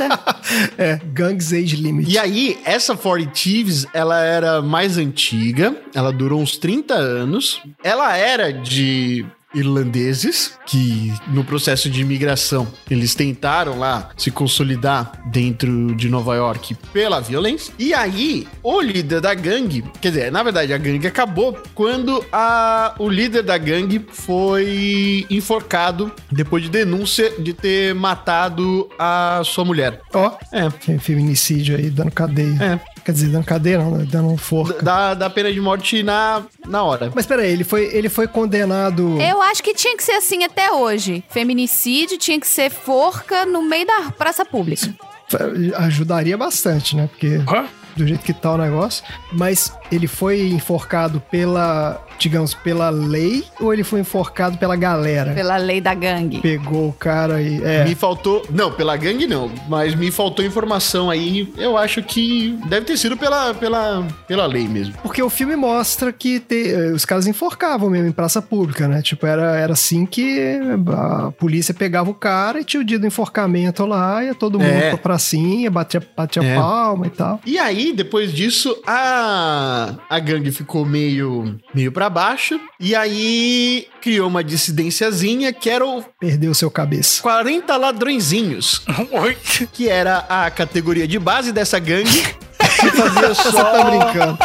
É, Gangs Age Limit.
E aí, essa 40 Thieves, ela era mais antiga, ela durou uns 30 anos, ela era de irlandeses que no processo de imigração eles tentaram lá se consolidar dentro de Nova York pela violência e aí o líder da gangue quer dizer na verdade a gangue acabou quando a o líder da gangue foi enforcado depois de denúncia de ter matado a sua mulher
Ó,
é
tem feminicídio aí, dando cadeia.
É.
Quer dizer, dando cadeia não, né? dando um forca.
da, da pena de morte na, na hora.
Mas peraí, ele foi, ele foi condenado...
Eu acho que tinha que ser assim até hoje. Feminicídio tinha que ser forca no meio da praça pública.
Ajudaria bastante, né? Porque...
Hã?
do jeito que tá o negócio, mas ele foi enforcado pela digamos, pela lei ou ele foi enforcado pela galera?
Pela lei da gangue.
Pegou o cara e. É.
Me faltou. Não, pela gangue não. Mas me faltou informação aí. Eu acho que deve ter sido pela, pela, pela lei mesmo.
Porque o filme mostra que te- eh, os caras enforcavam mesmo em praça pública, né? Tipo, era, era assim que a polícia pegava o cara e tinha o dia do enforcamento lá, ia todo mundo
É.
pra pracinha, batia, batia
É.
palma e tal.
E aí, depois disso, a, a gangue ficou meio, meio pra baixo. E aí criou uma dissidênciazinha que era o
Perdeu seu cabeça.
40 Ladrõezinhos,
Oi.
que era a categoria de base dessa gangue. Que fazia só.
Você tá brincando.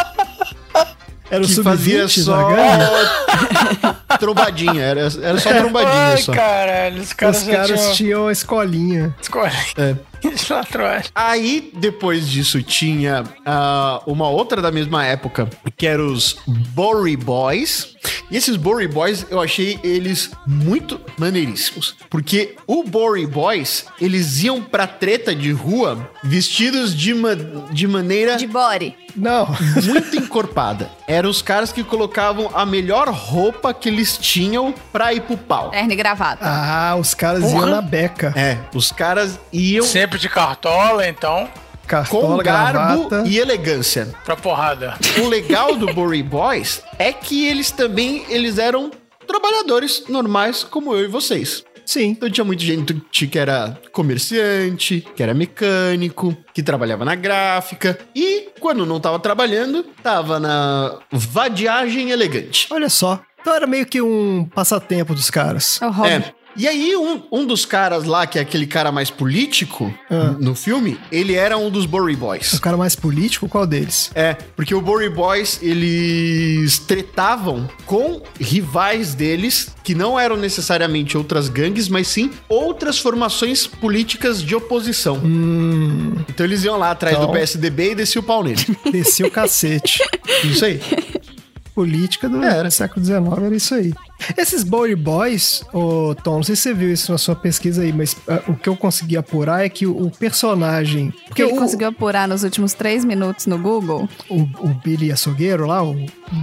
Era o
que fazia
sub-20
só.
da gangue?
trombadinha, era, era
É.
só trombadinha.
Ai,
só.
caralho, os caras
Os
já
caras
tinham...
tinham a escolinha.
Escolhe. De ladrões.
Aí, depois disso, tinha ah, uma outra da mesma época, que eram os Bory Boys. E esses Bory Boys, eu achei eles muito maneiríssimos. Porque o Bory Boys, eles iam pra treta de rua vestidos de, ma de maneira
De body.
Não.
muito encorpada. Eram os caras que colocavam a melhor roupa que eles tinham pra ir pro pau.
Terno e gravata.
Ah, os caras iam
Porra.
na beca.
É, os caras iam
Sempre de cartola, então,
com
Cartola,
garbo
gravata.
e elegância.
pra porrada.
o legal do Bory Boys é que eles também eles eram trabalhadores normais como eu e vocês.
Sim.
Então tinha muita gente que era comerciante, que era mecânico, que trabalhava na gráfica e quando não tava trabalhando, tava na vadiagem elegante.
Olha só. Então era meio que um passatempo dos caras.
É o hobby.
É. E aí, um, um dos caras lá, que é aquele cara mais político
Ah.
no filme, ele era um dos Bory Boys.
O cara mais político, qual deles?
É, porque o Bory Boys, eles tretavam com rivais deles, que não eram necessariamente outras gangues, mas sim outras formações políticas de oposição.
Hum,
Então eles iam lá atrás
Então.
do PSDB e descia o pau nele.
desceu o cacete.
Isso aí.
Política do
Era.
século XIX, era isso aí. Esses Bowery Boys, ô Tom, não sei se você viu isso na sua pesquisa aí, mas ah, o que eu consegui apurar é que o, o personagem.
Porque ele
o,
conseguiu apurar nos últimos três minutos no Google.
o, o Billy Açougueiro lá, o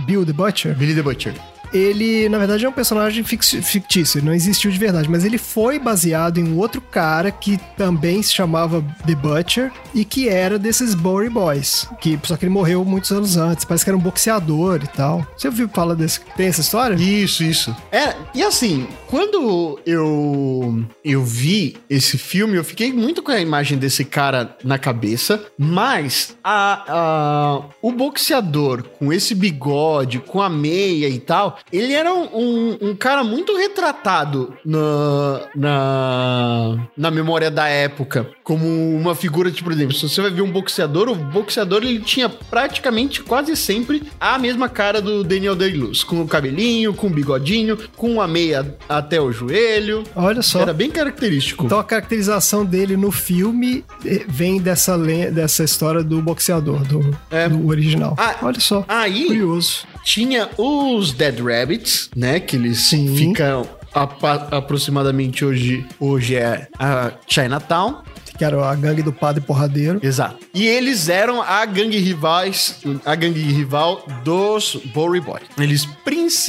Bill the Butcher,
Billy the Butcher.
ele, na verdade, é um personagem fix- fictício, ele não existiu de verdade, mas ele foi baseado em um outro cara que também se chamava The Butcher e que era desses Bowery Boys, que só que ele morreu muitos anos antes, parece que era um boxeador e tal. Você ouviu falar desse? Tem essa história?
Isso, isso. É, e assim, quando eu eu vi esse filme, eu fiquei muito com a imagem desse cara na cabeça, mas a, a- o boxeador com esse bigode, com a meia e tal, ele era um, um- um cara muito retratado na, na, na memória da época, como uma figura, tipo, por exemplo, se você vai ver um boxeador, o boxeador ele tinha praticamente quase sempre a mesma cara do Daniel Day-Lewis, com o cabelinho, com o bigodinho, com a meia até o joelho.
Olha só.
Era bem característico.
Então a caracterização dele no filme eh, vem dessa, le- dessa história do boxeador, do, do original.
Ah,
Olha só.
Aí
Curioso.
tinha os Dead Rabbits, né? Que eles
Sim.
ficam apa- aproximadamente hoje. Hoje é a Chinatown.
Que era a gangue do padre porradeiro.
Exato. E eles eram a gangue rivais, a gangue rival dos Bowery Boys. Eles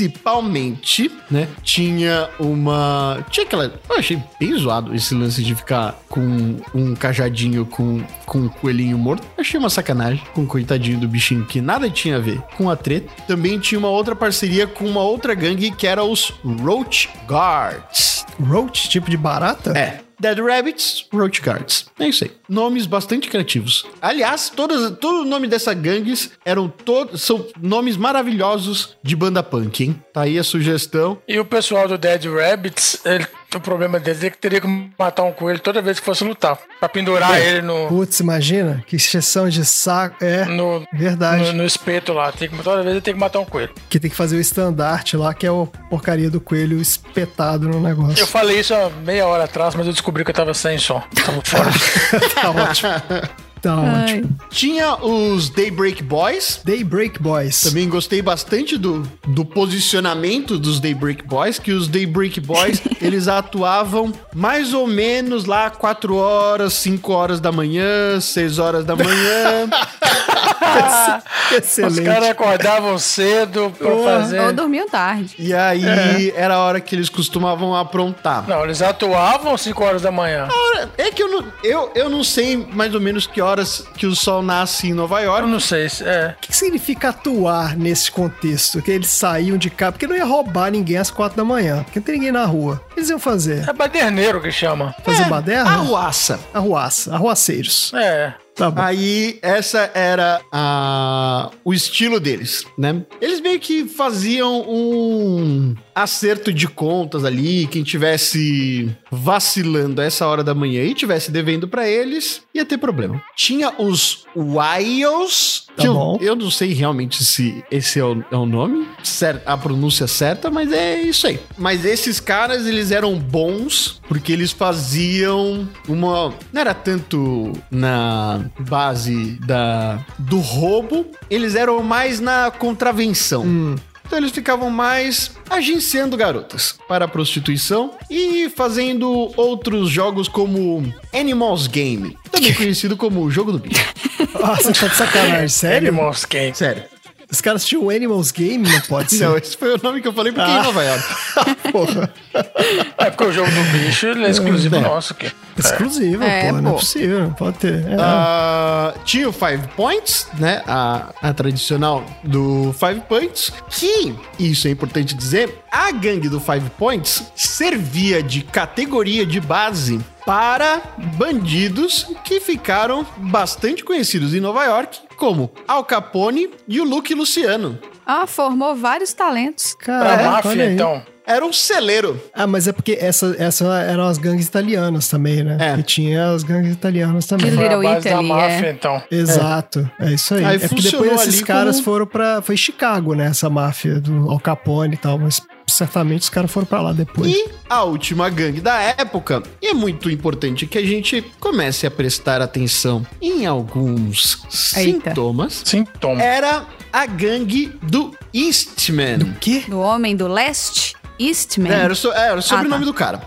principalmente, né, tinha uma, tinha aquela, eu achei bem zoado esse lance de ficar com um cajadinho com com um coelhinho morto. Achei uma sacanagem com o coitadinho do bichinho que nada tinha a ver com a treta. Também tinha uma outra parceria com uma outra gangue que era os Roach Guards.
Roach, tipo de barata?
É. Dead Rabbits, Roach Guards. É isso aí. Nomes bastante criativos. Aliás, todas, todo o nome dessa gangues eram todos. São nomes maravilhosos de banda punk, hein? Tá aí a sugestão.
E o pessoal do Dead Rabbits, ele- o problema deles é que teria que matar um coelho toda vez que fosse lutar. Pra pendurar ele no,
Putz, imagina? Que exceção de saco. É,
Hum.
no,
verdade.
no, no espeto lá. Tem que, toda vez ele tem que matar um coelho.
Hum.
Que tem que fazer o estandarte lá, que é a porcaria do coelho espetado no negócio.
Eu falei isso há meia hora atrás, mas eu descobri que eu tava sem som. Tava fora.
tá ótimo. Tá
Ai.
ótimo.
Tinha os Daybreak Boys.
Daybreak Boys.
Também gostei bastante do, do posicionamento dos Daybreak Boys, que os Daybreak Boys, eles atuavam mais ou menos lá 4 horas, 5 horas da manhã, 6 horas da manhã.
Os
Excelente.
caras acordavam cedo pra
Ou
fazer.
dormiam tarde.
E aí era a hora que eles costumavam aprontar.
Não, eles atuavam 5 horas da manhã.
Ah.
É que eu não, eu, eu não sei mais ou menos que horas que o sol nasce em Nova
Eu
York.
não sei se. É.
O que significa atuar nesse contexto? Que eles saíam de cá, porque não ia roubar ninguém às quatro da manhã, porque não tem ninguém na rua. O que Eles iam fazer?
É baderneiro que chama.
É,
Fazer baderna?
Arruaça.
Arruaça, arruaceiros.
É.
Tá bom.
Aí, essa era a- o estilo deles, né? Eles meio que faziam um acerto de contas ali. Quem tivesse vacilando a essa hora da manhã e tivesse devendo pra eles, ia ter problema. Tinha os Wiles,
Tá
que eu-
bom.
Eu, não sei realmente se esse é o, é o nome, cer- a pronúncia certa, mas é isso aí. Mas esses caras, eles eram bons porque eles faziam uma. Não era tanto na base da, do roubo, eles eram mais na contravenção.
Hum,
Então eles ficavam mais agenciando garotas para a prostituição e fazendo outros jogos como Animals Game, também conhecido como o jogo do bicho.
Ah, você tá de
É
sacanagem, sério?
Animals Game.
Sério.
Os caras tinham o Animals Game? Não pode ser.
Não, esse foi o nome que eu falei porque é em Nova York.
porra.
É porque o jogo do bicho ele é exclusivo nosso aqui.
Exclusivo,
É,
porra. Não é
pô.
possível, não pode ter. É.
Ah, tinha o Five Points, né? A, a tradicional do Five Points. Que, isso é importante dizer, a gangue do Five Points servia de categoria de base para bandidos que ficaram bastante conhecidos em Nova York, como Al Capone e o Luke Luciano.
Ah, formou vários talentos.
Era
Caraca, Ah, é? olha
máfia,
aí.
então.
Era um celeiro.
Ah, mas é porque essa, essa eram as gangues italianas também, né?
É.
E tinha as gangues italianas também.
Que
Foi a
Little
base da
Italy,
máfia,
é.
então.
Exato, é. isso aí.
Aí
é porque
funcionou
depois esses
ali
caras
como-
foram pra. Foi Chicago, né? Essa máfia do Al Capone e tal, mas certamente os caras foram pra lá depois.
E a última gangue da época. E é muito importante que a gente comece a prestar atenção em alguns
Eita.
sintomas.
Sintoma.
É.
Era a gangue do Eastman.
que?
Do homem do leste, Eastman.
É, Era o, so- é, era
Ah,
o sobrenome
tá.
do cara.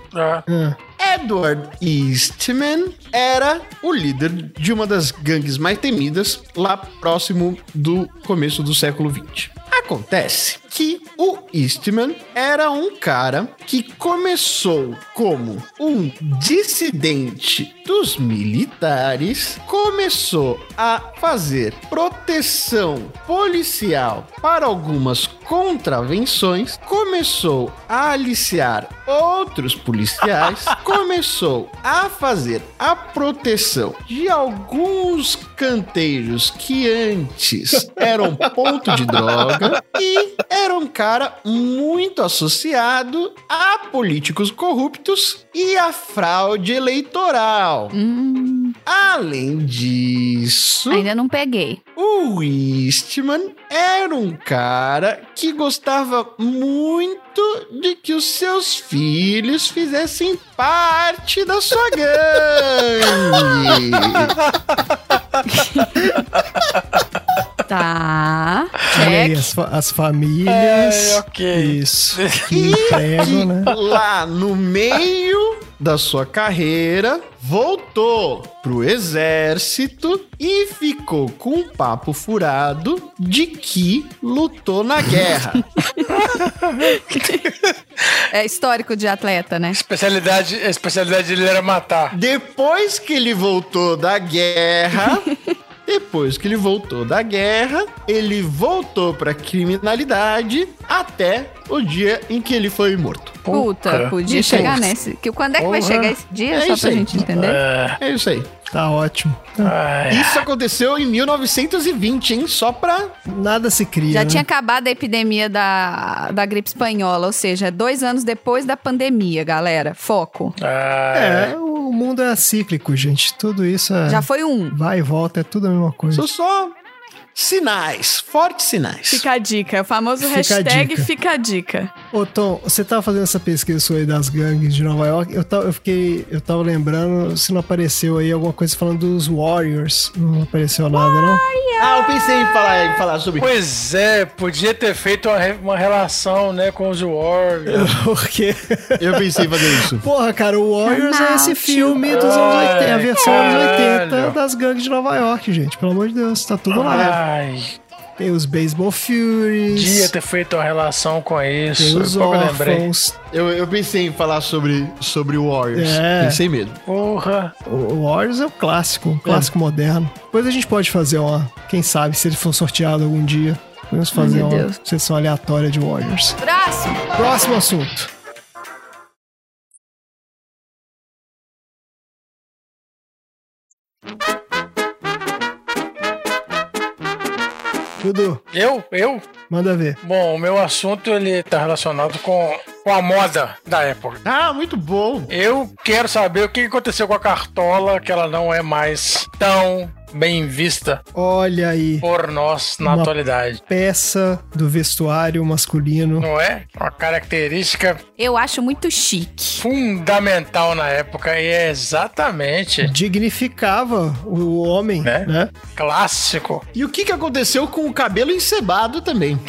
É.
Ah,
Edward Eastman era o líder de uma das gangues mais temidas lá próximo do começo do século XX. Acontece que o Eastman era um cara que começou como um dissidente dos militares, começou a fazer proteção policial para algumas contravenções, começou a aliciar outros policiais, começou a fazer a proteção de alguns canteiros que antes eram ponto de droga e era um cara muito associado a políticos corruptos e a fraude eleitoral.
Hum,
Além disso,
ainda não peguei.
o Eastman era um cara que gostava muito de que os seus filhos fizessem parte da sua gangue.
Tá.
olha aí,
Check.
as, fa- as famílias.
É, ok.
Isso.
E
Que emprego,
que
né?
lá no meio da sua carreira, voltou pro exército e ficou com um papo furado de que lutou na guerra.
É histórico de atleta, né?
Especialidade, a especialidade dele era matar.
Depois que ele voltou da guerra, depois que ele voltou da guerra, ele voltou pra criminalidade até o dia em que ele foi morto.
Puta, podia
Isso aí.
chegar nesse. Que, quando é que vai
Porra.
chegar esse dia?
É
só
isso
pra
aí.
gente entender.
É.
É isso aí.
Tá ótimo.
Ai.
Isso aconteceu em 1920, hein? Só pra.
Nada se cria.
Já
né?
tinha acabado a epidemia da, da gripe espanhola, ou seja, dois anos depois da pandemia, galera.
Hum.
Foco.
Ai.
É, o mundo é cíclico, gente. Tudo isso é.
Já foi um.
Vai e volta, é tudo a mesma coisa.
São só sinais, fortes sinais.
Fica a dica, o famoso
Fica a
hashtag
dica.
fica a dica.
Ô Tom, você tava fazendo essa pesquisa sua aí das gangues de Nova York, eu, tava, eu fiquei, eu tava lembrando se não apareceu aí alguma coisa falando dos Warriors, não apareceu nada não?
Ah, eu pensei em falar, em falar sobre.
Pois é, podia ter feito uma, re- uma relação, né, com os Warriors.
Porque,
Eu pensei em fazer isso.
porra cara, o Warriors é esse filme dos anos
Ai,
80, a versão dos anos 80
caralho.
das gangues de Nova York, gente, pelo amor de Deus, tá tudo lá.
Ai, Ai,
Tem os Baseball Furies.
podia ter feito uma relação com
Tem
isso.
os
pouco eu lembrei.
Orphans.
Eu, eu pensei em falar sobre, sobre o Warriors.
É.
Pensei mesmo.
Porra.
O- O Warriors é o clássico, um clássico moderno. Depois a gente pode fazer uma, quem sabe, se ele for sorteado algum dia. Podemos fazer
meu
uma
Deus.
sessão aleatória de Warriors.
Braço!
Próximo assunto. Dudu,
Eu? Eu?
manda ver.
Bom, o meu assunto ele tá relacionado com, com a moda da época.
Ah, muito bom.
Eu quero saber o que aconteceu com a cartola, que ela não é mais tão bem vista
Olha aí,
por nós na
Uma-
atualidade.
peça do vestuário masculino.
Não é? Uma característica
Eu acho muito chique.
fundamental na época e é exatamente
Dignificava o homem,
Né?
né?
clássico.
E o que, que aconteceu com o cabelo encebado também?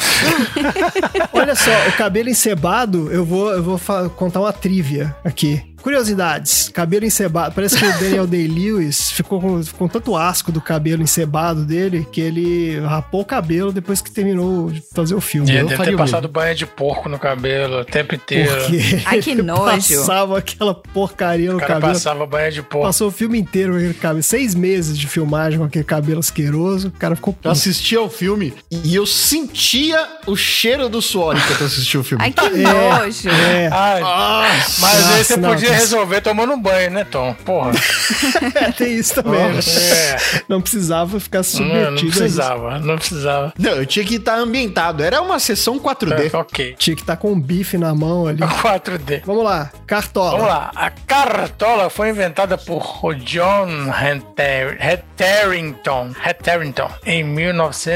Olha só, o cabelo encebado, eu vou, eu vou fa- contar uma trivia aqui. Curiosidades, cabelo encebado. Parece que o Daniel Day-Lewis ficou com, com tanto asco do cabelo encebado dele que ele rapou o cabelo depois que terminou de fazer o filme.
E
eu
de ter
faria o
passado banho de porco no cabelo o tempo inteiro.
Porque
Ai, que
ele
nojo.
passava aquela porcaria no
O cara
cabelo.
passava banho de porco.
Passou o filme inteiro com aquele cabelo. Seis meses de filmagem com aquele cabelo asqueroso. O cara ficou
Eu
puto.
assistia ao filme e eu sentia o cheiro do suor enquanto eu assistia o filme.
Ai, que nojo.
É,
Ai,
Nossa.
mas aí você
não,
podia
mas-
resolver tomando um banho, né, Tom? Porra.
tem isso também. né?
É. Hum,
Não precisava ficar submetido
Não, não
a isso.
precisava, não precisava.
Não, eu tinha que estar ambientado. Era uma sessão 4D.
É, ok.
Tinha que estar com um bife na mão ali.
4D.
Vamos lá, cartola.
Vamos lá. A cartola foi inventada por o John Hatter- Hatterington, Hatterington em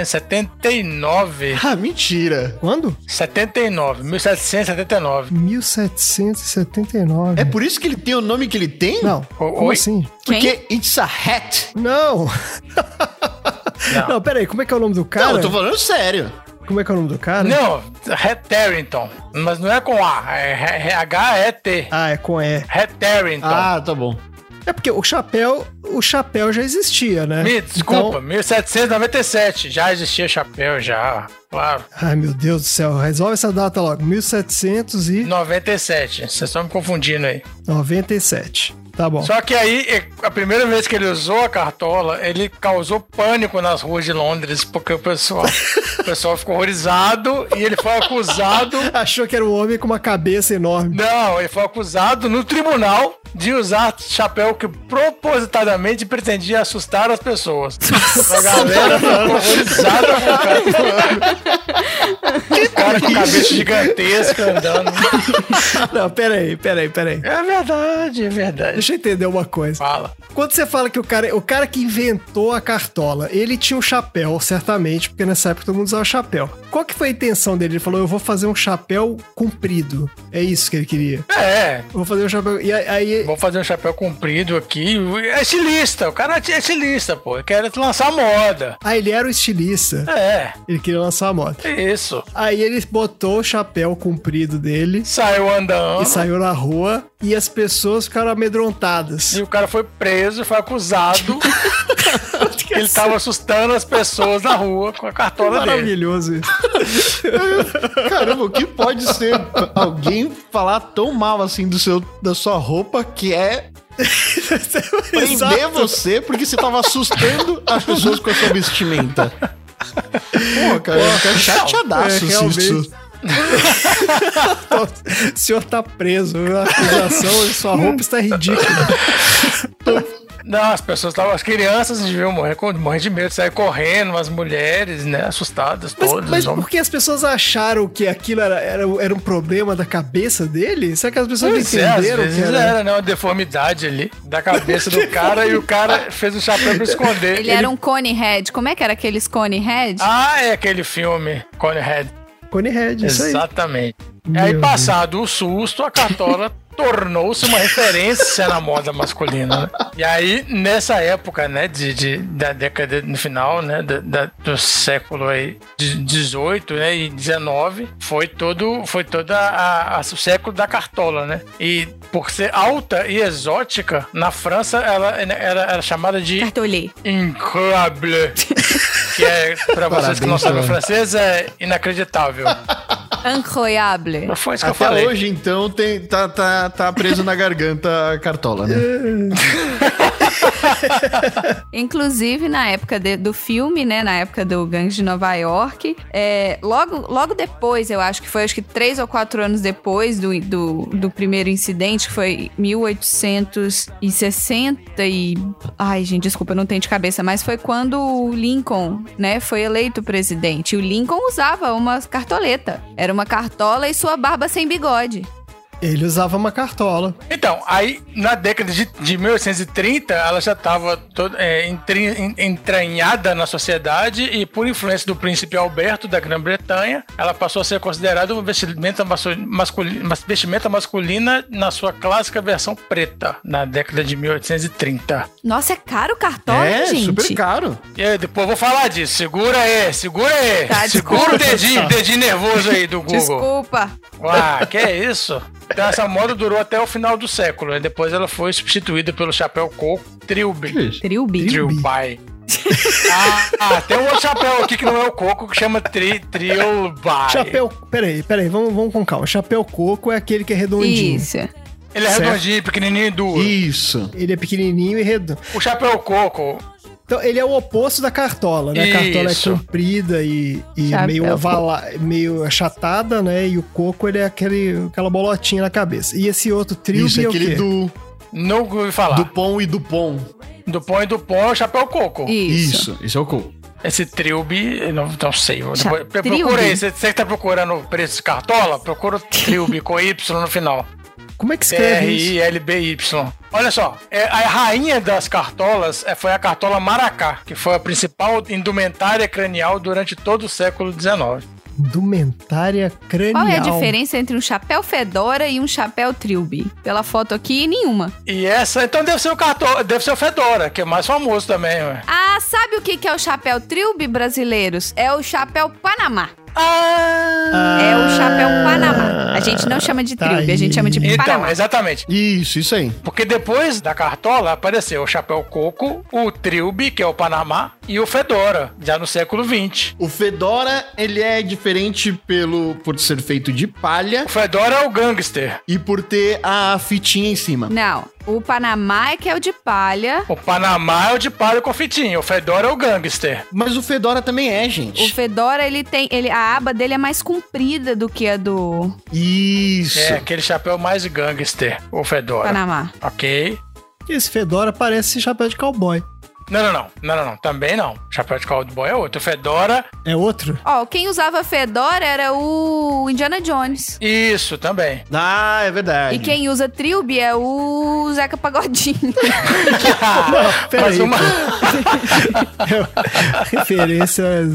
1979.
Ah, mentira.
Quando?
79, 1779.
1779.
É por isso que ele tem o nome que ele tem?
Não,
O-
como
oi?
assim?
Porque it's a hat.
Não. não! peraí, como é que é o nome do cara?
Não, eu tô falando sério.
Como é que é o nome do cara?
Não, Hatterington. Mas não é com A, é H-E-T.
Ah, é com E.
Hatterington.
Ah, tá bom.
É porque o chapéu, o chapéu já existia, né?
Me desculpa,
Então-
1797. Já existia chapéu, já. Ah, Claro.
Ai, meu Deus do céu, resolve essa data logo. 1797.
97. Vocês estão me confundindo aí.
Tá bom.
Só que aí, e- a primeira vez que ele usou a cartola, ele causou pânico nas ruas de Londres, porque o pessoal, o pessoal ficou horrorizado e ele foi acusado.
Achou que era um homem com uma cabeça enorme.
Não, ele foi acusado no tribunal de usar chapéu que propositadamente pretendia assustar as pessoas. A galera ficou horrorizada com o cara. O cara com cabeça gigantesca andando.
Não, peraí, peraí, peraí.
É verdade, é verdade.
Deixa eu entender uma coisa.
Fala.
Quando você fala que o cara, o cara que inventou a cartola, ele tinha um chapéu, certamente, porque nessa época todo mundo usava chapéu. Qual que foi a intenção dele? Ele falou, eu vou fazer um chapéu comprido. É isso que ele queria.
É,
Eu Vou fazer um chapéu... E aí...
Vou fazer um chapéu comprido aqui. É estilista, o cara é estilista, pô. Ele Quer lançar moda.
Ah, ele era o estilista.
É,
Ele queria lançar a moda.
é isso.
Aí ele botou o chapéu comprido dele
Saiu andando.
e
E,
saiu na rua e as pessoas ficaram amedrontadas.
o cara foi preso, foi acusado. ele tava assustando as pessoas na rua com a cartola dele.
Maravilhoso isso.
Caramba, o que pode ser alguém falar tão mal assim do seu, da sua roupa que é prender
Exato.
você porque você tava assustando as pessoas com a sua vestimenta? Pô, cara, eu fiquei chateadaço
É,
se
realmente.
isso.
O senhor tá preso. A acusação, sua roupa está ridícula.
Não, as pessoas estavam. As crianças deviam morrer, com- morrer de medo, sair correndo, as mulheres, né? Assustadas todas.
Mas, mas
os homens.
por que as pessoas acharam que aquilo era, era, era um problema da cabeça dele? Será que as pessoas
Pois
não
é, às
entenderam que
vezes
era?
era né, uma deformidade ali da cabeça do cara e o cara fez o chapéu pra esconder.
Ele era um cone head. Como é que era aqueles cone head?
Ah, é aquele filme, Conehead.
Cone Head, isso aí.
Exatamente.
Meu
aí,
Deus.
passado o susto, a cartola tornou-se uma referência na moda masculina. né? E aí, nessa época, né, de, de- da década, no final, né, da- da- do século aí, de- 18 né, e 19, foi todo, foi toda a, a- o século da cartola, né? E por ser alta e exótica, na França ela era, era chamada de
Cartolê.
incroyable. que é, pra vocês que não
Parabéns, João.
sabem francês, é inacreditável.
Incroyable.
Foi isso que eu
Até
falei.
hoje, então, tem, tá, tá, tá preso na garganta a cartola, né?
Inclusive, na época de- do filme, né? Na época do Gangs de Nova York, é, logo, logo depois, eu acho que foi acho que três ou quatro anos depois do, do, do primeiro incidente, que foi 1860 e... Ai, gente, desculpa, eu não tenho de cabeça, mas foi quando o Lincoln, né, foi eleito presidente. E o Lincoln usava uma cartoleta. Era uma cartola e sua barba sem bigode.
Ele usava uma cartola.
Então, aí na década de, de 1830, ela já estava toda, é, entri- en- entranhada na sociedade e, por influência do príncipe Alberto da Grã-Bretanha, ela passou a ser considerada uma vestimenta maso- masculina, mas- vestimenta masculina na sua clássica versão preta, na década de 1830.
Nossa, é caro cartola,
é,
gente?
super caro.
E aí, depois eu vou falar disso. Segura aí, segura aí.
Tá, desculpa.
segura o dedinho, dedinho nervoso aí do Google.
Desculpa.
Ah, que é isso? Então essa moda durou até o final do século, né? Depois ela foi substituída pelo chapéu coco Trilby.
Trilby.
Trilby. ah, ah, tem um outro chapéu aqui que não é o coco, que chama tri, Trilby.
Chapéu. Peraí, peraí, vamos, vamos com calma. Chapéu coco é aquele que é redondinho.
Isso.
Ele é
Certo.
redondinho, pequenininho e duro.
Isso.
Ele é pequenininho e redondo.
O chapéu coco,
Então, ele é o oposto da cartola, né? A cartola é
Isso.
comprida e, e
Chapéu
meio ovala, meio achatada, né? E o coco, ele é aquele, aquela bolotinha na cabeça. E esse outro trilho
Isso,
é o quê?
aquele do
não ouvi falar. Do,
Dupont e Dupont.
pão e do pão é o chapéu coco.
Isso.
Isso, isso é o cool.
Esse Trilby, eu não, não sei. eu
Cha-
Depois, procura
Trilby.
aí, você, você que tá procurando o preço de cartola, procura o Trilby com Y no final.
Como é que escreve isso?
T-R-I-L-B-Y. Olha só, é, a rainha das cartolas é, foi a cartola maracá, que foi a principal indumentária cranial durante todo o século XIX.
Indumentária cranial.
Qual é a diferença entre um chapéu fedora e um chapéu trilby? Pela foto aqui, nenhuma.
E essa, então deve ser o cartola, deve ser o Fedora, que é mais famoso também, ué.
Ah, sabe o que que é o chapéu trilby, brasileiros? É o chapéu Panamá. É o chapéu Panamá. A gente não chama de
Ah. tá
trilby, a gente
aí.
chama de
Então,
Panamá.
exatamente.
Isso, isso aí.
Porque depois da cartola apareceu o chapéu coco, o trilby, que é o Panamá, e o Fedora, já no século XX.
O Fedora, ele é diferente pelo por ser feito de palha
O Fedora é o gangster.
e por ter a fitinha em cima.
Não, o Panamá é que é o de palha.
O Panamá é o de palha com fitinha, o Fedora é o gangster.
Mas o Fedora também é,
O
gente.
fedora, ele tem... Ele, a aba dele é mais comprida do que a do
Isso.
É, aquele chapéu mais gangster, o Fedora.
Panamá.
Ok.
Esse fedora parece chapéu de cowboy.
Não, não, não. Não, não, não. Também não. Chapéu de cowboy é outro. Fedora,
É outro?
Ó, quem usava fedora era o Indiana Jones.
isso também.
Ah, é verdade.
E quem usa trilby é o Zeca Pagodinho.
Ah, peraí,
Mas uma-
É Referências,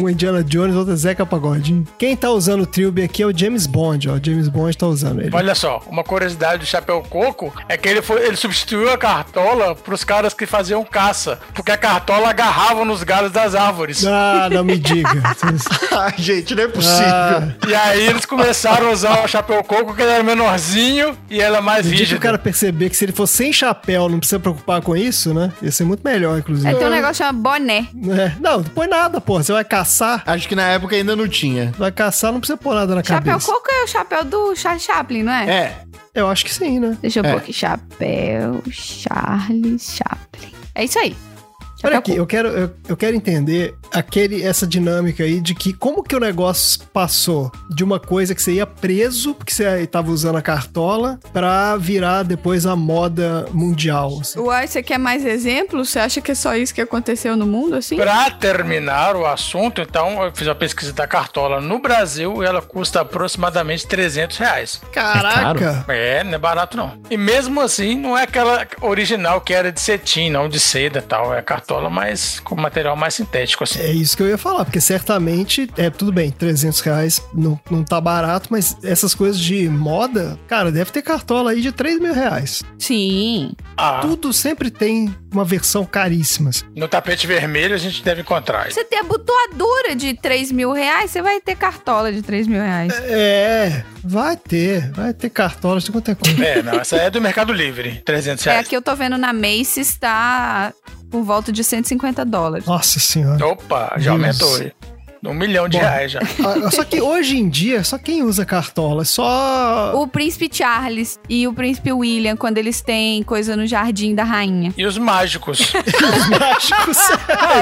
um Indiana Jones, outro é Zeca Pagodinho. Quem tá usando o Trilby aqui é o James Bond, ó. James Bond tá usando ele.
Olha só, uma curiosidade do Chapéu Coco é que ele, foi, ele substituiu a cartola pros caras que faziam caça, porque a cartola agarrava nos galhos das árvores.
Ah, não me diga.
Ah, gente, não é possível.
Ah,
E aí eles começaram a usar o Chapéu Coco, que ele era menorzinho e ela mais
no dia que
rígida.
o cara perceber que se ele for sem chapéu, não precisa preocupar com isso, né? Ia ser muito melhor, inclusive.
Aí tem um negócio que chama boné.
É, Não, não põe nada, porra. Você vai caçar,
Acho que na época ainda não tinha.
vai caçar, não precisa pôr nada na
Chapéu
cabeça.
coco é o chapéu do Charles Chaplin, não é?
É.
Eu acho que sim, né?
Deixa eu pôr
É.
aqui. Chapéu Charles Chaplin. É isso aí. Chapéu
Olha aqui,
coco.
eu quero, eu, eu quero entender aquele, essa dinâmica aí de que como que o negócio passou de uma coisa que você ia preso, porque você tava usando a cartola, pra virar depois a moda mundial. assim.
Uai, você quer mais exemplos? Você acha que é só isso que aconteceu no mundo, assim?
Pra terminar o assunto, então, eu fiz uma pesquisa da cartola no Brasil e ela custa aproximadamente 300 reais.
Caraca!
É, não é barato não. E mesmo assim, não é aquela original que era de cetim, não de seda e tal. É cartola, mas com material mais sintético, assim.
É isso que eu ia falar, porque certamente, é tudo bem, 300 reais não, não tá barato, mas essas coisas de moda, cara, deve ter cartola aí de 3 mil reais.
Sim.
Ah,
Tudo sempre tem uma versão caríssima. assim.
no tapete vermelho a gente deve encontrar.
Você tem a butoadura de 3 mil reais, você vai ter cartola de 3 mil reais.
É, vai ter, vai ter cartola de quanto é coisa.
É, não, essa é do Mercado Livre, 300
É,
reais.
aqui eu tô vendo na Macy's tá por volta de 150 dólares.
Nossa senhora.
Opa, já
Nossa.
aumentou. aí. Um milhão de
Bom.
reais já.
Ah, Só que hoje em dia, só quem usa cartola? Só.
O príncipe Charles e o príncipe William, quando eles têm coisa no jardim da rainha.
E os mágicos?
Os mágicos.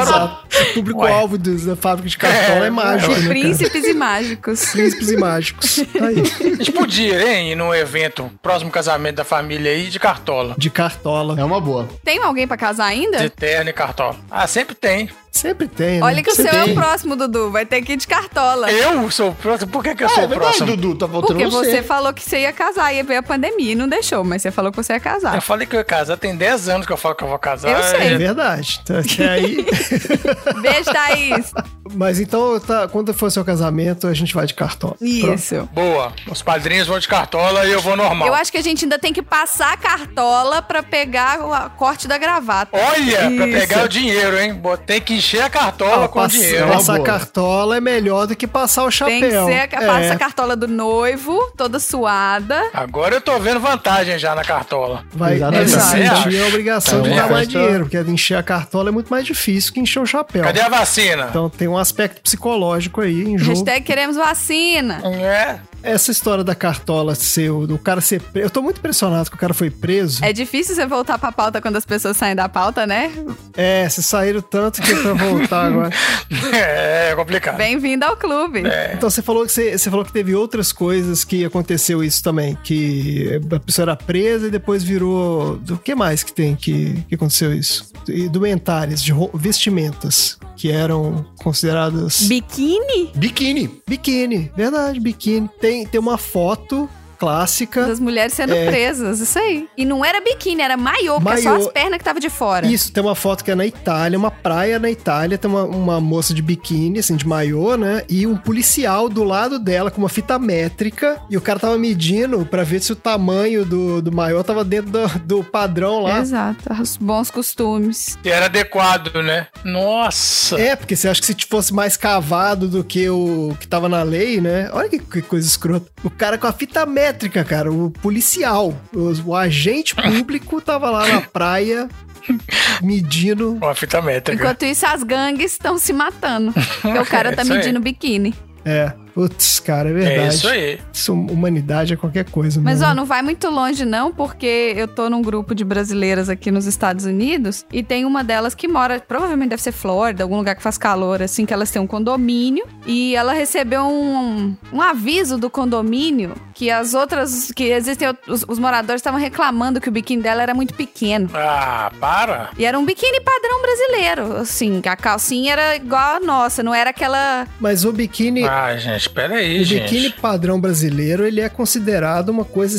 Exato. O público-alvo dos- da fábrica de cartola é,
É,
mágico, né,
De
cara?
príncipes e mágicos.
Príncipes e mágicos. Aí,
A gente podia, hein, ir num evento, próximo casamento da família aí, de cartola.
de cartola.
É uma boa.
Tem alguém pra casar
De
ainda?
terno e cartola. Ah, sempre tem.
Sempre tem, né?
Olha que o seu
Sempre
é
tem.
o próximo, Dudu. Vai ter que ir de cartola.
Eu sou o próximo? Por que, que eu
Ah,
sou
é
o
verdade,
próximo?
Dudu, tá voltando
Porque você
você.
falou que você ia casar e veio a pandemia e não deixou, mas você falou que você ia
Eu
casar.
falei que eu ia casar, tem 10 anos que eu falo que eu vou casar.
Eu sei.
É verdade. Então, até aí.
Beijo, Thaís.
Mas então, tá, quando for seu casamento, a gente vai de cartola. Pronto.
Isso.
Boa. Os padrinhos vão de cartola e eu vou normal.
Eu acho que a gente ainda tem que passar a cartola pra pegar o a- corte da gravata.
Olha, pra
Isso.
pegar o dinheiro, hein? Bo- Tem que encher a cartola
Ah,
com
passa-
dinheiro.
Nossa.
Passar
Boa.
cartola é melhor do que passar o chapéu.
Tem que ser a,
É.
passa a cartola do noivo, toda suada.
Agora eu tô vendo vantagem já na cartola.
Vai
Exatamente.
Tá
sentir a obrigação
É
de
uma
dar mais
festa-
dinheiro, porque encher a cartola é muito mais difícil que encher o chapéu.
Cadê a vacina?
Então tem um aspecto psicológico aí em jogo.
Hashtag queremos vacina.
É.
Essa história da cartola ser, do cara ser preso. Eu tô muito impressionado que o cara foi preso.
É difícil você voltar pra pauta quando as pessoas saem da pauta, né?
É, se saíram tanto que é pra voltar agora.
É, complicado.
Bem-vindo ao clube.
Então você falou que você, você falou que teve outras coisas que aconteceu isso também, que a pessoa era presa e depois virou. O que mais que tem que, que aconteceu isso? E Doentárias de ro- vestimentas que eram consideradas
Biquíni
Biquíni.
biquíni, verdade, biquíni. Tem tem uma foto clássica.
das mulheres sendo
É.
presas, isso aí. E não era biquíni, era maiô, porque é só
Maiô.
as pernas que tava de fora.
Isso, tem uma foto que é na Itália, uma praia na Itália, tem uma, uma moça de biquíni, assim, de maiô, né? E um policial do lado dela com uma fita métrica. E o cara tava medindo pra ver se o tamanho do, do maiô tava dentro do, do padrão lá.
Exato, os bons costumes.
E era adequado, né? Nossa.
É, porque você acha que se fosse mais cavado do que o que tava na lei, né? Olha que, que coisa escrota. O cara com a fita métrica, cara, o policial, o, o agente público tava lá na praia medindo.
Uma fita
Tá
métrica.
Enquanto isso, as gangues estão se matando. Porque o cara tá
Isso aí.
medindo biquíni.
É, putz, cara, é verdade.
É isso aí.
Isso, humanidade é qualquer coisa,
Mas
mesmo.
ó, não vai muito longe não, porque eu tô num grupo de brasileiras aqui nos Estados Unidos e tem uma delas que mora, provavelmente deve ser Flórida, algum lugar que faz calor, assim, que elas têm um condomínio e ela recebeu um, um aviso do condomínio que as outras, que existem, out- os, os moradores estavam reclamando que o biquíni dela era muito pequeno.
Ah, para.
E era um biquíni padrão brasileiro, assim, que a calcinha era igual a nossa, não era aquela...
Mas o biquíni,
Ah, gente, peraí,
o
gente.
biquíni padrão brasileiro, ele é considerado uma coisa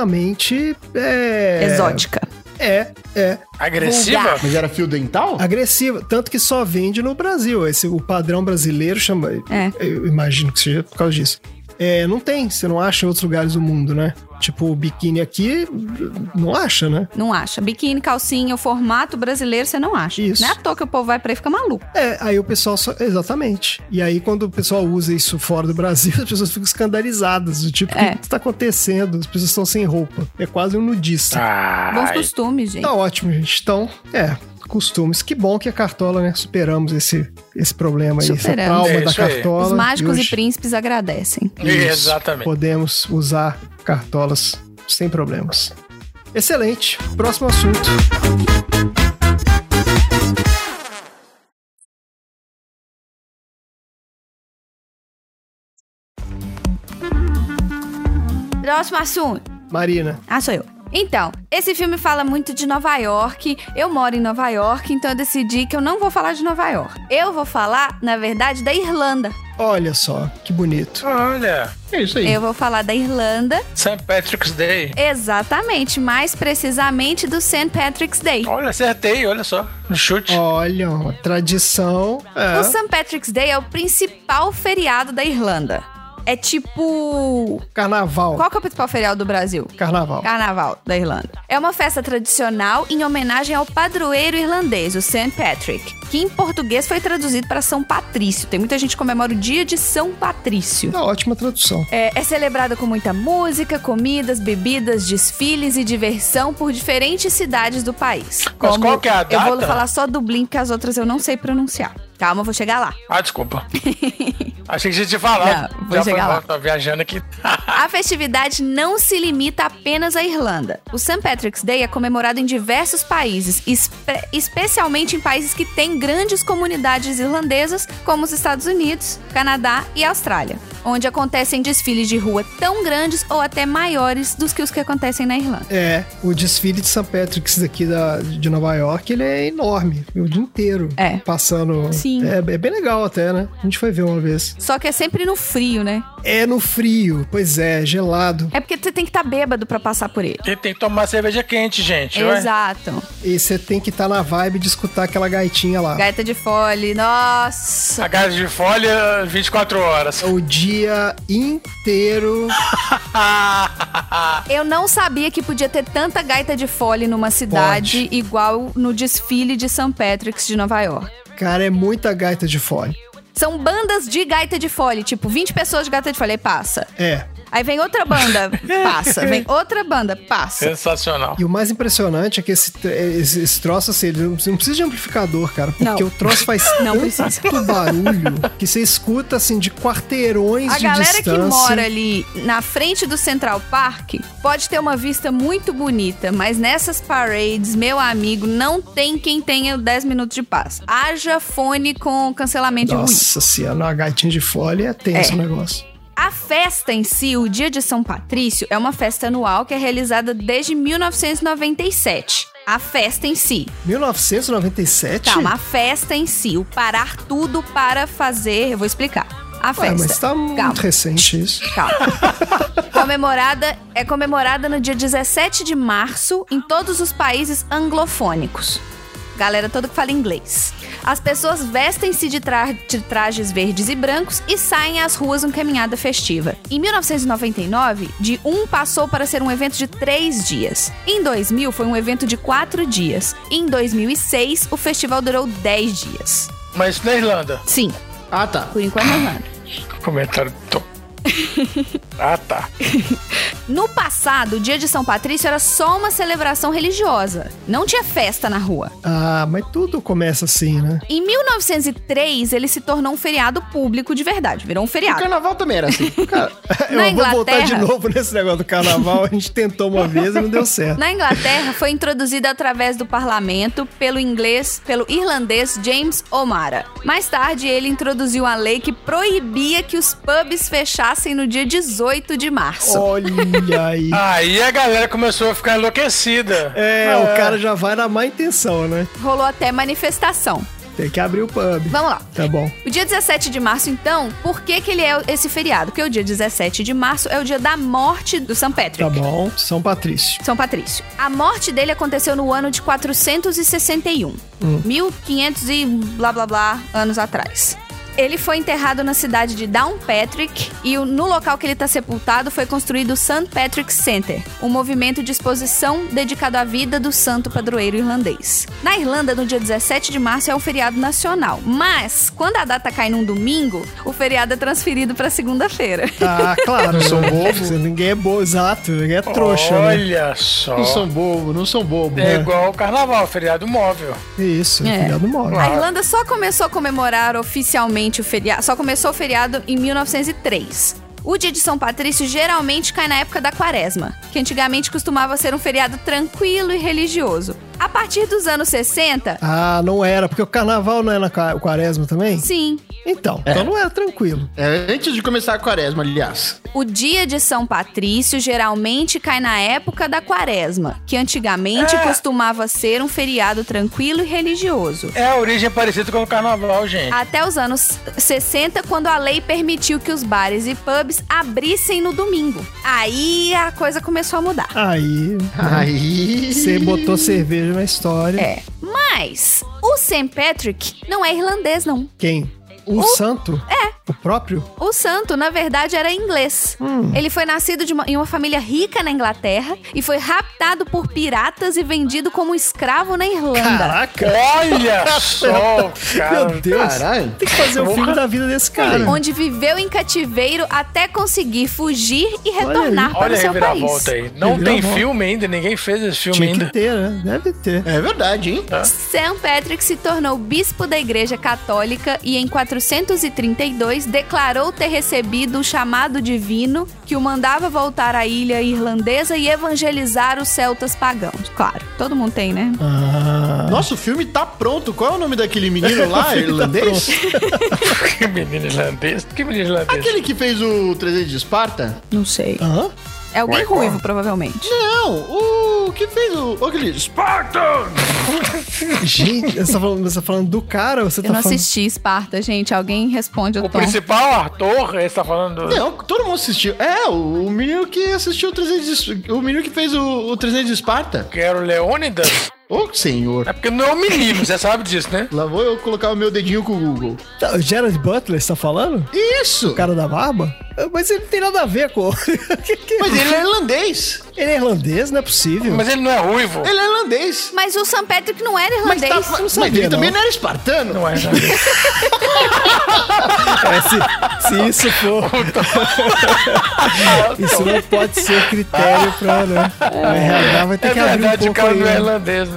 extremamente é,
Exótica.
É, é,
Agressiva?
vulgar.
Mas era fio dental?
agressiva, tanto que só vende no Brasil. Esse o padrão brasileiro chama,
É.
eu imagino que seja por causa disso. É, não tem, você não acha em outros lugares do mundo, né? Tipo, o biquíni aqui, não acha, né?
Não acha. Biquíni, calcinha, o formato brasileiro, você não acha.
Isso.
Não é à toa que o povo vai pra aí e fica maluco.
É, aí o pessoal só. Exatamente. E aí, quando o pessoal usa isso fora do Brasil, as pessoas ficam escandalizadas. Do tipo,
É.
o que está acontecendo? As pessoas estão sem roupa. É quase um nudista.
Ah.
Bons
Ai,
costumes, gente.
Tá ótimo, gente. Então, é, costumes. Que bom que a cartola, né? Superamos esse, esse problema aí, essa
Superamos.
trauma
É
da
isso aí.
cartola.
Os mágicos
E
e,
hoje
príncipes agradecem.
Exatamente.
Podemos usar cartolas sem problemas. Excelente. Próximo assunto.
Próximo assunto.
Marina,
Ah, sou eu. Então, esse filme fala muito de Nova York. Eu moro em Nova York, então eu decidi que eu não vou falar de Nova York. Eu vou falar, na verdade, da Irlanda.
olha só, que bonito.
Olha,
É isso aí.
Eu vou falar da Irlanda,
St. Patrick's Day.
exatamente, mais precisamente do St. Patrick's Day.
Olha, acertei, olha só. No chute.
Olha, uma tradição. É.
O St. Patrick's Day é o principal feriado da Irlanda. É tipo.
Carnaval.
Qual que é o principal feriado do Brasil?
Carnaval.
Carnaval da Irlanda. É uma festa tradicional em homenagem ao padroeiro irlandês, o St. Patrick, que em português foi traduzido para São Patrício. Tem muita gente que comemora o dia de São Patrício.
Uma Tá, ótima tradução.
É, é celebrada com muita música, comidas, bebidas, desfiles e diversão por diferentes cidades do país.
Mas qual que é a data?
Eu vou falar só Dublin, que as outras eu não sei pronunciar. Calma, eu vou chegar lá.
Ah, desculpa. Achei que a gente ia falar.
Não, vou
Já
chegar
foi
lá.
mal, Tá viajando aqui.
A festividade não se limita apenas à Irlanda. O St. Patrick's Day é comemorado em diversos países, espe- especialmente em países que têm grandes comunidades irlandesas, como os Estados Unidos, Canadá e Austrália, onde acontecem desfiles de rua tão grandes ou até maiores dos que os que acontecem na Irlanda.
É, o desfile de St. Patrick's daqui da, de Nova York, ele é enorme. O dia inteiro.
É.
Passando.
Sim.
É, é bem legal até, né? A gente foi ver uma vez.
Só que é sempre no frio, né?
É no frio. Pois é, gelado.
É porque você tem que estar bêbado pra passar por ele.
E tem que tomar cerveja quente, gente. ué.
Exato.
E você tem que estar na vibe de escutar aquela gaitinha lá.
Gaita de fole, nossa.
A casa de folha, 24 horas.
É O dia inteiro.
Eu não sabia que podia ter tanta gaita de fole numa cidade igual no desfile de St. Patrick's de Nova York.
Cara, é muita gaita de fole.
São bandas de gaita de fole, tipo 20 pessoas de gaita de fole, aí passa.
É.
Aí vem outra banda, passa. Vem outra banda, passa.
Sensacional.
E o mais impressionante é que esse, esse, esse troço, assim, ele não precisa não precisa de amplificador, cara. Porque
Não.
o troço faz
Não
tanto
precisa.
barulho que você escuta, assim, de quarteirões
A
de
galera
distância.
que mora ali na frente do Central Park pode ter uma vista muito bonita, mas nessas parades, meu amigo, não tem quem tenha 10 minutos de paz. Haja fone com cancelamento é de ruim.
Nossa senhora, uma gaitinha de fole é tenso
É.
o negócio.
A festa em si, o Dia de São Patrício, é uma festa anual que é realizada desde 1997. A festa em si.
1997?
Calma, a festa em si. O parar tudo para fazer. Eu vou explicar. A
Ué,
festa.
mas tá muito
Calma.
recente isso.
Calma. comemorada, é comemorada no dia 17 de março em todos os países anglofônicos. Galera toda que fala inglês. As pessoas vestem-se de, tra- de trajes verdes e brancos e saem às ruas em caminhada festiva. Em 1999, de um passou para ser um evento de três dias. Em 2000, foi um evento de quatro dias. Em 2006, o festival durou dez dias.
Mas na Irlanda.
Sim,
Ah, tá.
por enquanto, Orlando.
Comentário. Tô. ah, tá.
No passado, o dia de São Patrício era só uma celebração religiosa. Não tinha festa na rua.
Ah, mas tudo começa assim, né?
Em 1903, ele se tornou um feriado público de verdade. Virou um
O
feriado.
carnaval também era assim.
Cara, eu
Na
vou voltar de
Inglaterra-
novo nesse negócio do carnaval. A gente tentou uma vez e não deu certo.
Na Inglaterra, foi introduzido através do parlamento pelo inglês, pelo irlandês James O'Mara. Mais tarde, ele introduziu a lei que proibia que os pubs fechassem no dia 18 de março.
Oh. Olha aí.
Aí a galera começou a ficar enlouquecida.
É, o
Ah.
cara já vai na má intenção, né?
Rolou até manifestação.
Tem que abrir o pub.
Vamos lá.
Tá bom.
O dia 17 de março, então, por que, que ele é esse feriado? Porque o dia 17 de março é o dia da morte do São Patrick.
Tá bom. São Patrício.
São Patrício. A morte dele aconteceu no ano de 461, 1500 e blá blá blá anos atrás. Ele foi enterrado na cidade de Downpatrick e o- no local que ele está sepultado foi construído o St. Patrick's Center, um movimento de exposição dedicado à vida do santo padroeiro irlandês. Na Irlanda, no dia 17 de março é um feriado nacional, mas quando a data cai num domingo, o feriado é transferido para segunda-feira.
Ah, claro. Não sou bobo. Ninguém é bobo, exato. Ninguém é trouxa, né?
Olha só.
Não né? são bobo, não são bobo.
É igual o carnaval, feriado móvel.
Isso,
É.
feriado mole.
A Irlanda só começou a comemorar oficialmente o feriado, só começou o feriado em 1903. O dia de São Patrício geralmente cai na época da Quaresma, que antigamente costumava ser um feriado tranquilo e religioso. A partir dos anos 60,
Ah, não era, porque o carnaval não é na qua- o quaresma também?
sim,
Então, então não era tranquilo.
É, antes de começar a quaresma, aliás.
o dia de São Patrício geralmente cai na época da Quaresma, que antigamente costumava ser um feriado tranquilo e religioso.
É a origem parecida com o carnaval, gente.
Até os anos 60, quando a lei permitiu que os bares e pubs abrissem no domingo. Aí a coisa começou a mudar.
Aí,
Aí.
você botou cerveja na história.
É. Mas o St. Patrick não é irlandês, não.
Quem? O
O-
santo?
É,
O próprio?
O santo, na verdade, era inglês. Ele foi nascido de uma- em uma família rica na Inglaterra e foi raptado por piratas e vendido como escravo na Irlanda.
Caraca!
Olha só, cara.
é. Meu Deus!
Caralho.
Tem que fazer o filme da vida desse cara.
Onde viveu em cativeiro até conseguir fugir e retornar para
Olha
o
a
seu país.
reviravolta aí. Não tem
Reviravolta.
filme ainda, ninguém fez esse filme
Tinha
ainda.
que ter, né? Deve ter.
É verdade, hein?
St. Patrick se tornou bispo da Igreja Católica e, em 432, declarou ter recebido o chamado divino que o mandava voltar à ilha irlandesa e evangelizar os celtas pagãos. Claro, todo mundo tem, né?
Ah.
Nossa, o filme tá pronto. Qual é o nome daquele menino lá, irlandês?
Que menino irlandês. Que menino irlandês.
Aquele que fez o 300 de Esparta?
Não sei. É alguém ruivo, provavelmente.
Não, o que fez o. o Aquele. Esparta!
Gente, você tá falando, você tá falando do cara ou você
Eu
tá
não
falando...
assisti Esparta, gente. Alguém responde o
O
tom.
principal ator, esse tá falando. do-
Não, todo mundo assistiu. É, o, o menino que assistiu o 300 de, Es- O menino que fez o, o 300 de Esparta.
Que era o Leônidas.
Ô, senhor.
É porque não é um menino, você sabe disso, né?
Lá vou eu colocar o meu dedinho com o Google.
Tá, o Gerard Butler, você tá falando?
Isso!
O cara da barba? Ah, Mas ele não tem nada a ver com... Que- que-
Mas ele é irlandês.
ele é irlandês? Não é possível.
Mas ele não é ruivo.
Ele é irlandês.
Mas o St. Patrick não era
Mas,
irlandês.
tá fa- mas
sabia,
ele
não.
também não era espartano.
Não é irlandês.
Cara, se, se isso for...
Então.
isso não pode ser critério pra... Né? O RH vai ter
É
que abrir um
verdade,
pouco
o cara
aí,
não é
né?
irlandês.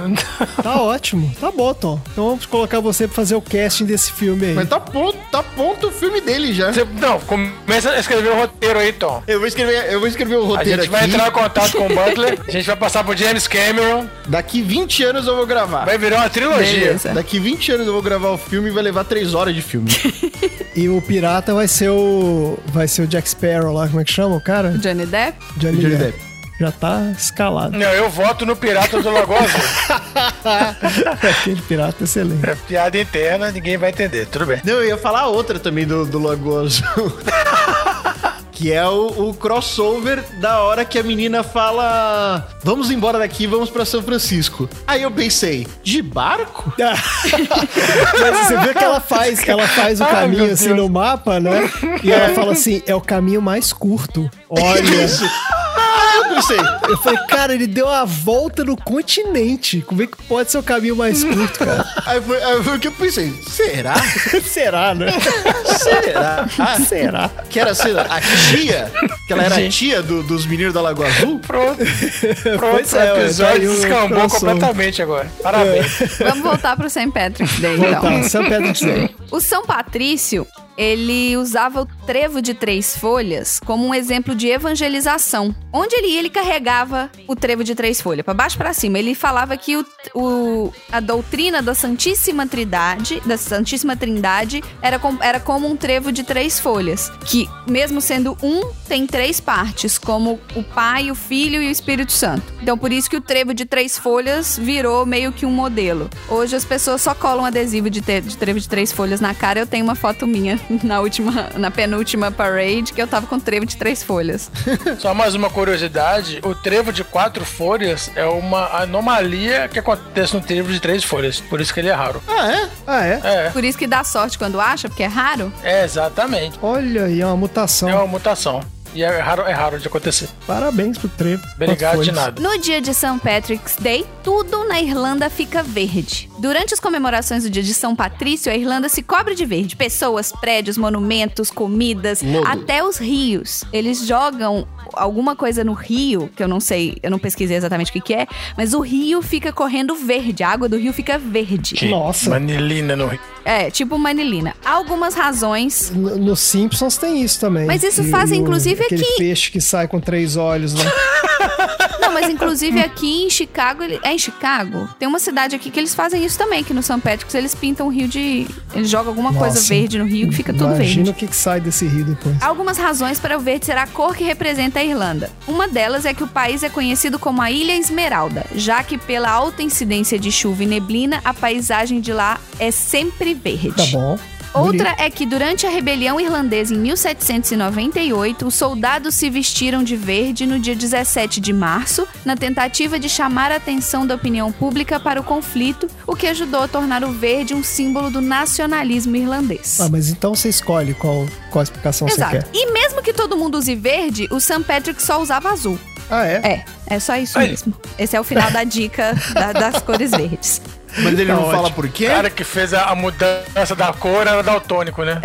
né?
Tá ótimo. Tá bom, Tom. Então vamos colocar você pra fazer o casting desse filme aí.
Mas tá pronto, tá pronto o filme dele já.
Você- Não, começa a escrever o roteiro aí, Tom.
Eu vou escrever, eu vou escrever o
A
roteiro
gente
aqui.
vai entrar em contato com o Butler, a gente vai passar pro James Cameron,
Daqui 20 anos eu vou gravar.
vai virar uma trilogia.
Beleza.
Daqui 20 anos eu vou gravar o filme e vai levar 3 horas de filme.
E o pirata vai ser o. Vai ser o Jack Sparrow lá, como é que chama o cara?
Johnny Depp?
Johnny,
Johnny
Depp. Já tá escalado.
Não, eu voto no Pirata do Lagoa Azul.
Aquele pirata excelente.
É piada interna, ninguém vai entender, tudo bem.
Não, eu ia falar outra também do, do Lagoa Azul. que é o, o crossover da hora que a menina fala: Vamos embora daqui, vamos pra São Francisco. Aí eu pensei: De barco?
Mas você vê que ela faz, ela faz o
Ai,
caminho
meu
assim
Deus.
no mapa, né? E ela fala assim: é o caminho mais curto. Olha.
Isso. Aí eu pensei:
Eu falei, cara, ele deu a volta no continente. Como é que pode ser o caminho mais curto, cara?
Aí foi, aí foi o que eu pensei: Será?
Será, né?
Será? Ah,
Será?
que era assim, a tia, que ela era a tia do- dos meninos da Lagoa Azul.
Pronto, pronto,
Pois é,
o
ué, tá aí
episódio
o É.
descambou
crossover.
completamente agora. Parabéns.
Vamos voltar pro St. Patrick Day, então.
Voltar, São é Pedro Day.
O São Patrício, ele usava o trevo de três folhas como um exemplo de evangelização. Onde ele ia, ele carregava o trevo de três folhas, para baixo para cima. Ele falava que o- o- a doutrina da Santíssima Trindade, da Santíssima Trindade, era, com- era como um trevo de três folhas, que mesmo sendo um, tem três partes, como o Pai, o Filho e o Espírito Santo. Então por isso que o trevo de três folhas virou meio que um modelo. Hoje as pessoas só colam adesivo de, te- de trevo de três folhas na cara. Eu tenho uma foto minha na última, na penúltima parade que eu tava com trevo de três folhas.
Só mais uma curiosidade: o trevo de quatro folhas é uma anomalia que acontece no trevo de três folhas. Por isso que ele é raro.
Ah, é?
Ah, é?
É,
Por isso que dá sorte quando acha, porque é raro.
é exatamente.
Olha aí, é uma
É
mutação.
uma mutação. E é raro, é raro de acontecer.
Parabéns pro trevo.
Obrigado de
Quantas folhas.
nada.
No dia de St. Patrick's Day, tudo na Irlanda fica verde. Durante as comemorações do dia de São Patrício, a Irlanda se cobre de verde. Pessoas, prédios, monumentos, comidas,
Lodo.
até os rios. Eles jogam alguma coisa no rio, que eu não sei, eu não pesquisei exatamente o que, que é, mas o rio fica correndo verde, a água do rio fica verde.
Nossa.
Manilina no Rio.
É, tipo manilina. Há algumas razões.
No- Nos Simpsons tem isso também.
Mas isso
E
fazem,
o-
inclusive,
aquele
aqui-
peixe que sai com três olhos lá.
Não, mas inclusive aqui em Chicago, ele- é em Chicago? Tem uma cidade aqui que eles fazem isso também, que no São Patrick's eles pintam o rio de. Eles jogam alguma coisa
Nossa.
verde no rio que fica tudo verde.
Imagina o que, que sai desse rio depois.
Algumas razões para o verde ser a cor que representa a Irlanda. Uma delas é que o país é conhecido como a Ilha Esmeralda, já que pela alta incidência de chuva e neblina, a paisagem de lá é sempre verde.
Tá bom.
Outra é que durante a rebelião irlandesa em 1798, os soldados se vestiram de verde no dia 17 de março, na tentativa de chamar a atenção da opinião pública para o conflito, o que ajudou a tornar o verde um símbolo do nacionalismo irlandês.
Ah, mas então você escolhe qual, qual explicação você
Exato.
quer.
E mesmo que todo mundo use verde, o St. Patrick só usava azul.
Ah, é?
É, é só isso
Aí.
mesmo. Esse é o final da dica da- das cores verdes.
Mas ele não
Tá
fala
ótimo.
por
O
quê?
cara que fez a, a mudança da cor era daltônico, né?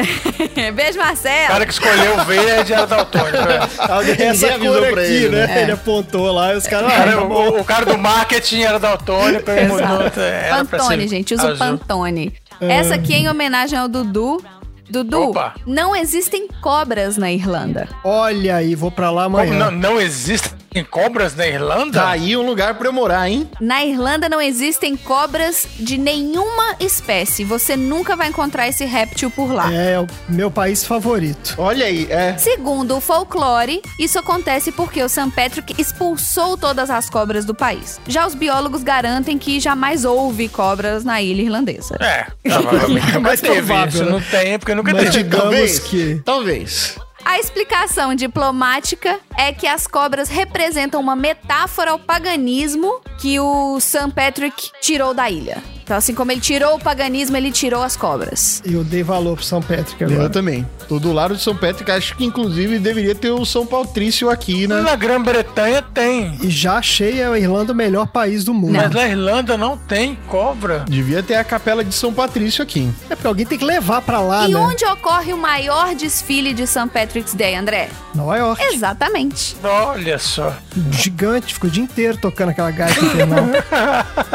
Beijo,
O
Marcelo.
cara que escolheu o verde era daltônico. né?
Alguém
Essa
avisou
cor
pra
aqui,
ele,
né? Ele apontou lá e os caras.
O
Ah,
cara-
tá bom.
o, o cara do marketing era daltônico. ele mudou, era pra
Pantone,
ser
gente, usa
azul.
Pantone. Essa aqui é em homenagem ao Dudu. Dudu,
Opa.
não existem cobras na Irlanda.
então, Olha aí, vou pra lá
Como não,
amanhã.
não existem cobras na Irlanda?
Tá aí um lugar pra eu morar, hein?
Na Irlanda não existem cobras de nenhuma espécie. Você nunca vai encontrar esse réptil por lá.
É o meu país favorito.
Olha aí, é.
Segundo o folclore, isso acontece porque o St. Patrick expulsou todas as cobras do país. Já os biólogos garantem que jamais houve cobras na ilha irlandesa.
É, provavelmente nunca
Mais
teve.
provável,
Isso
né?
não tem, é porque nunca
Mas
teve.
digamos
Talvez.
que.
Talvez.
A explicação diplomática é que as cobras representam uma metáfora ao paganismo que o St. Patrick tirou da ilha. Então, assim como ele tirou o paganismo, ele tirou as cobras.
Eu dei valor pro São Patrick
Eu
agora.
também. Tô do lado de São Patrick, acho que inclusive deveria ter o São Pautrício aqui, né?
Na Grã-Bretanha tem.
E já achei a Irlanda o melhor país do mundo.
Mas na Irlanda não tem cobra.
Devia ter a capela de São Patrício aqui.
É porque alguém tem que levar pra lá,
e
né?
onde ocorre o maior desfile de St. Patrick's Day, André?
Nova York.
Exatamente.
Olha só.
É.
Gigante, ficou o dia inteiro tocando aquela gaita infernal.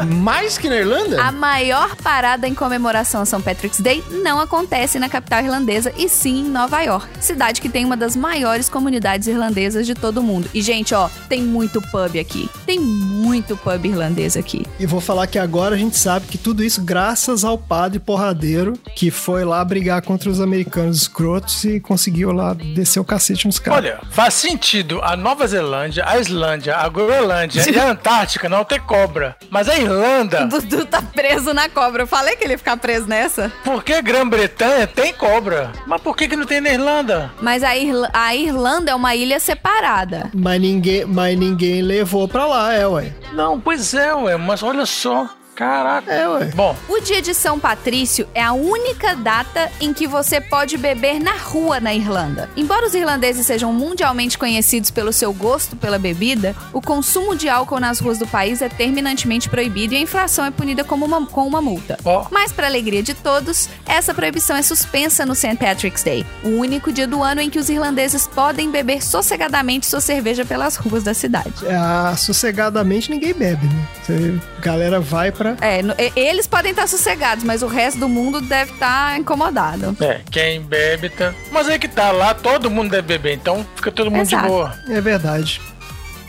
Mais que na Irlanda?
A maior parada em comemoração a St. Patrick's Day não acontece na capital irlandesa, e sim em Nova York, cidade que tem uma das maiores comunidades irlandesas de todo o mundo. E, gente, ó, tem muito pub aqui. Tem muito pub irlandês aqui.
E vou falar que agora a gente sabe que tudo isso graças ao padre porradeiro que foi lá brigar contra os americanos escrotos e conseguiu lá descer o cacete nos caras.
Olha, faz sentido a Nova Zelândia, a Islândia, a Groenlândia e a Antártica não ter cobra. Mas a Irlanda,
Dudu tá preso na cobra. Eu falei que ele ia ficar preso nessa.
por que Grã-Bretanha tem cobra? Mas por que, que não tem na Irlanda?
Mas a, Irla- a Irlanda é uma ilha separada.
Mas ninguém, mas ninguém levou pra lá, é, ué.
Não, pois é, ué, mas olha só. Caraca.
É, ué.
Bom,
O dia de São Patrício é a única data em que você pode beber na rua na Irlanda. Embora os irlandeses sejam mundialmente conhecidos pelo seu gosto pela bebida, o consumo de álcool nas ruas do país é terminantemente proibido e a infração é punida como uma- com uma multa.
Ó.
Mas, para alegria de todos, essa proibição é suspensa no St. Patrick's Day, o único dia do ano em que os irlandeses podem beber sossegadamente sua cerveja pelas ruas da cidade.
Ah, sossegadamente ninguém bebe, né? Você- a galera vai pra.
É, no- e- eles podem estar sossegados, mas o resto do mundo deve estar incomodado.
é, quem bebe tá. Mas aí que tá, lá todo mundo deve beber, então fica todo mundo
Exato.
de boa.
É verdade.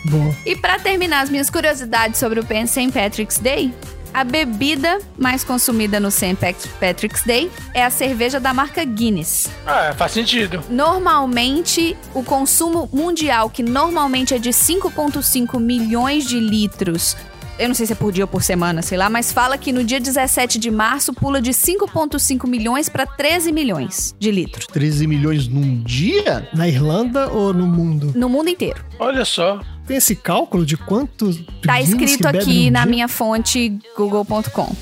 Bom,
E pra terminar as minhas curiosidades sobre o St. Patrick's Day, a bebida mais consumida no St. Pat- Patrick's Day é a cerveja da marca Guinness.
Ah, faz sentido.
Normalmente, o consumo mundial, que normalmente é de 5,5 milhões de litros, eu não sei se é por dia ou por semana, sei lá, mas fala que no dia 17 de março pula de 5,5 milhões para 13 milhões de litros
13 milhões num dia?
na Irlanda ou no mundo?
no mundo inteiro.
Olha só.
Tem esse cálculo de quantos.
Tá
Guinness que
escrito
bebe
aqui
num
na
dia?
minha fonte google.com.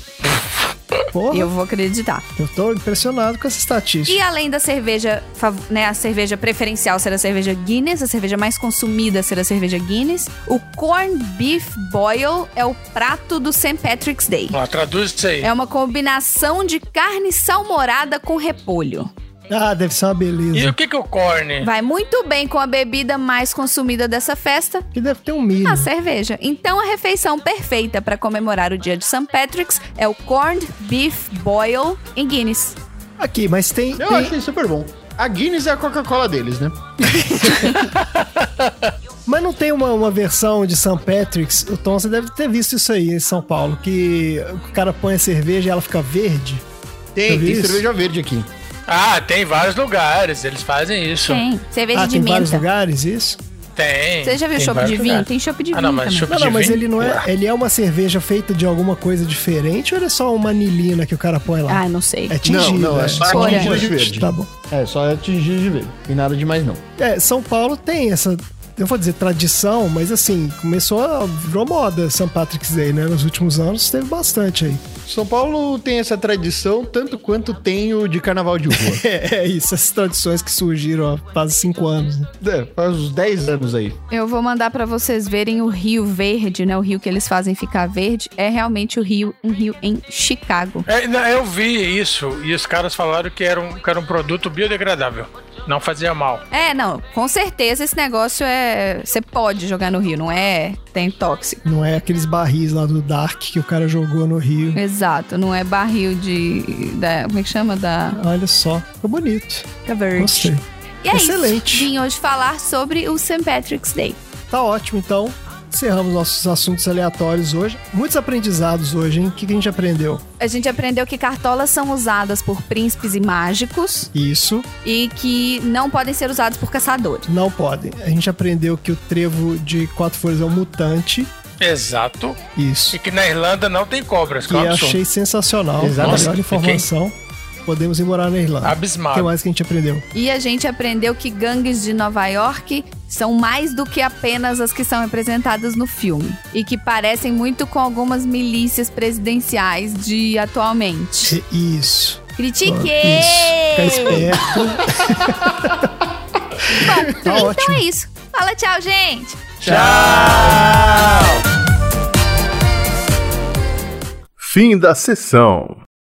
Porra,
Eu
eu...
vou acreditar.
tô impressionado com essa estatística.
E além da cerveja, fav- né, a cerveja preferencial ser a cerveja Guinness, a cerveja mais consumida ser a cerveja Guinness, o corn beef boil é o prato do St. Patrick's Day.
Ó, traduz isso aí.
É uma combinação de carne salmourada com repolho.
Ah, deve ser uma
um
beleza.
E o que que o corne?
Vai muito bem com a bebida mais consumida dessa festa,
Que deve ter um milho.
a cerveja. Então a refeição perfeita para comemorar o dia de St. Patrick's é o corned beef boil em Guinness.
Aqui, mas tem.
Eu
tem-
achei super bom. A Guinness é a Coca-Cola deles, né?
Mas não tem uma, uma versão de St. Patrick's? O Tom, você deve ter visto isso aí em São Paulo, que o cara põe a cerveja e ela fica verde.
Tem,
Eu vi
tem
isso.
cerveja verde aqui.
Ah, tem vários lugares, eles fazem isso.
Tem. Cerveja
ah,
de
tem vários
menta.
lugares isso?
Tem, Tem.
Você já viu
tem
chopp
vários
de vinho?
lugares.
Tem chopp de
Ah,
vinho
não, mas
também.
chopp
Não,
de
não,
vinho.
mas ele não é. Ele é uma cerveja feita de alguma coisa diferente ou ele é só uma anilina que o cara põe lá?
Ah, não sei.
é tingida.
Não, não, é
né?
só
uma
tingida
coisa.
de verde.
Tá bom.
É, só atingir de ver. E nada demais, não.
É, São Paulo tem essa. Eu vou dizer tradição, mas assim, começou a. virou moda São Patrick's Day, né? Nos últimos anos teve bastante aí.
São Paulo tem essa tradição tanto quanto tem o de carnaval de rua.
É, é isso, essas tradições que surgiram há quase cinco anos. né?
É, faz uns 10 anos aí.
Eu vou mandar pra vocês verem o Rio Verde, né? O rio que eles fazem ficar verde é realmente o rio, um rio em Chicago.
É, não, eu vi isso e os caras falaram que era um, que era um produto biodegradável. Não fazia mal.
É, não, com certeza esse negócio é. Você pode jogar no rio, não é? Tem tóxico.
Não é aqueles barris lá do Dark que o cara jogou no Rio.
Exato, não é barril de. da- como é que chama? Da.
Olha só, ficou bonito.
da verde.
Gostei.
E é
Excelente.
isso. Vim hoje falar sobre o St. Patrick's Day.
Tá ótimo, então. Encerramos nossos assuntos aleatórios hoje. Muitos aprendizados hoje, hein? O que que a gente aprendeu?
A gente aprendeu que cartolas são usadas por príncipes e mágicos
Isso,
e que não podem ser usados por caçadores.
não podem. A gente aprendeu que o trevo de quatro folhas é um mutante.
Exato.
Isso.
E que na Irlanda não tem cobras,
que
claro que é
eu
um são.
achei sensacional.
Exatamente.
Melhor informação. Podemos ir morar na Irlanda. O que
Abismado.
mais que a gente aprendeu?
E a gente aprendeu que gangues de Nova York são mais do que apenas as que são representadas no filme. E que parecem muito com algumas milícias presidenciais de atualmente.
Isso.
Critiquei!
Fica esperto. tá
Então
ótimo.
é isso. Fala tchau, gente!
Fim da sessão.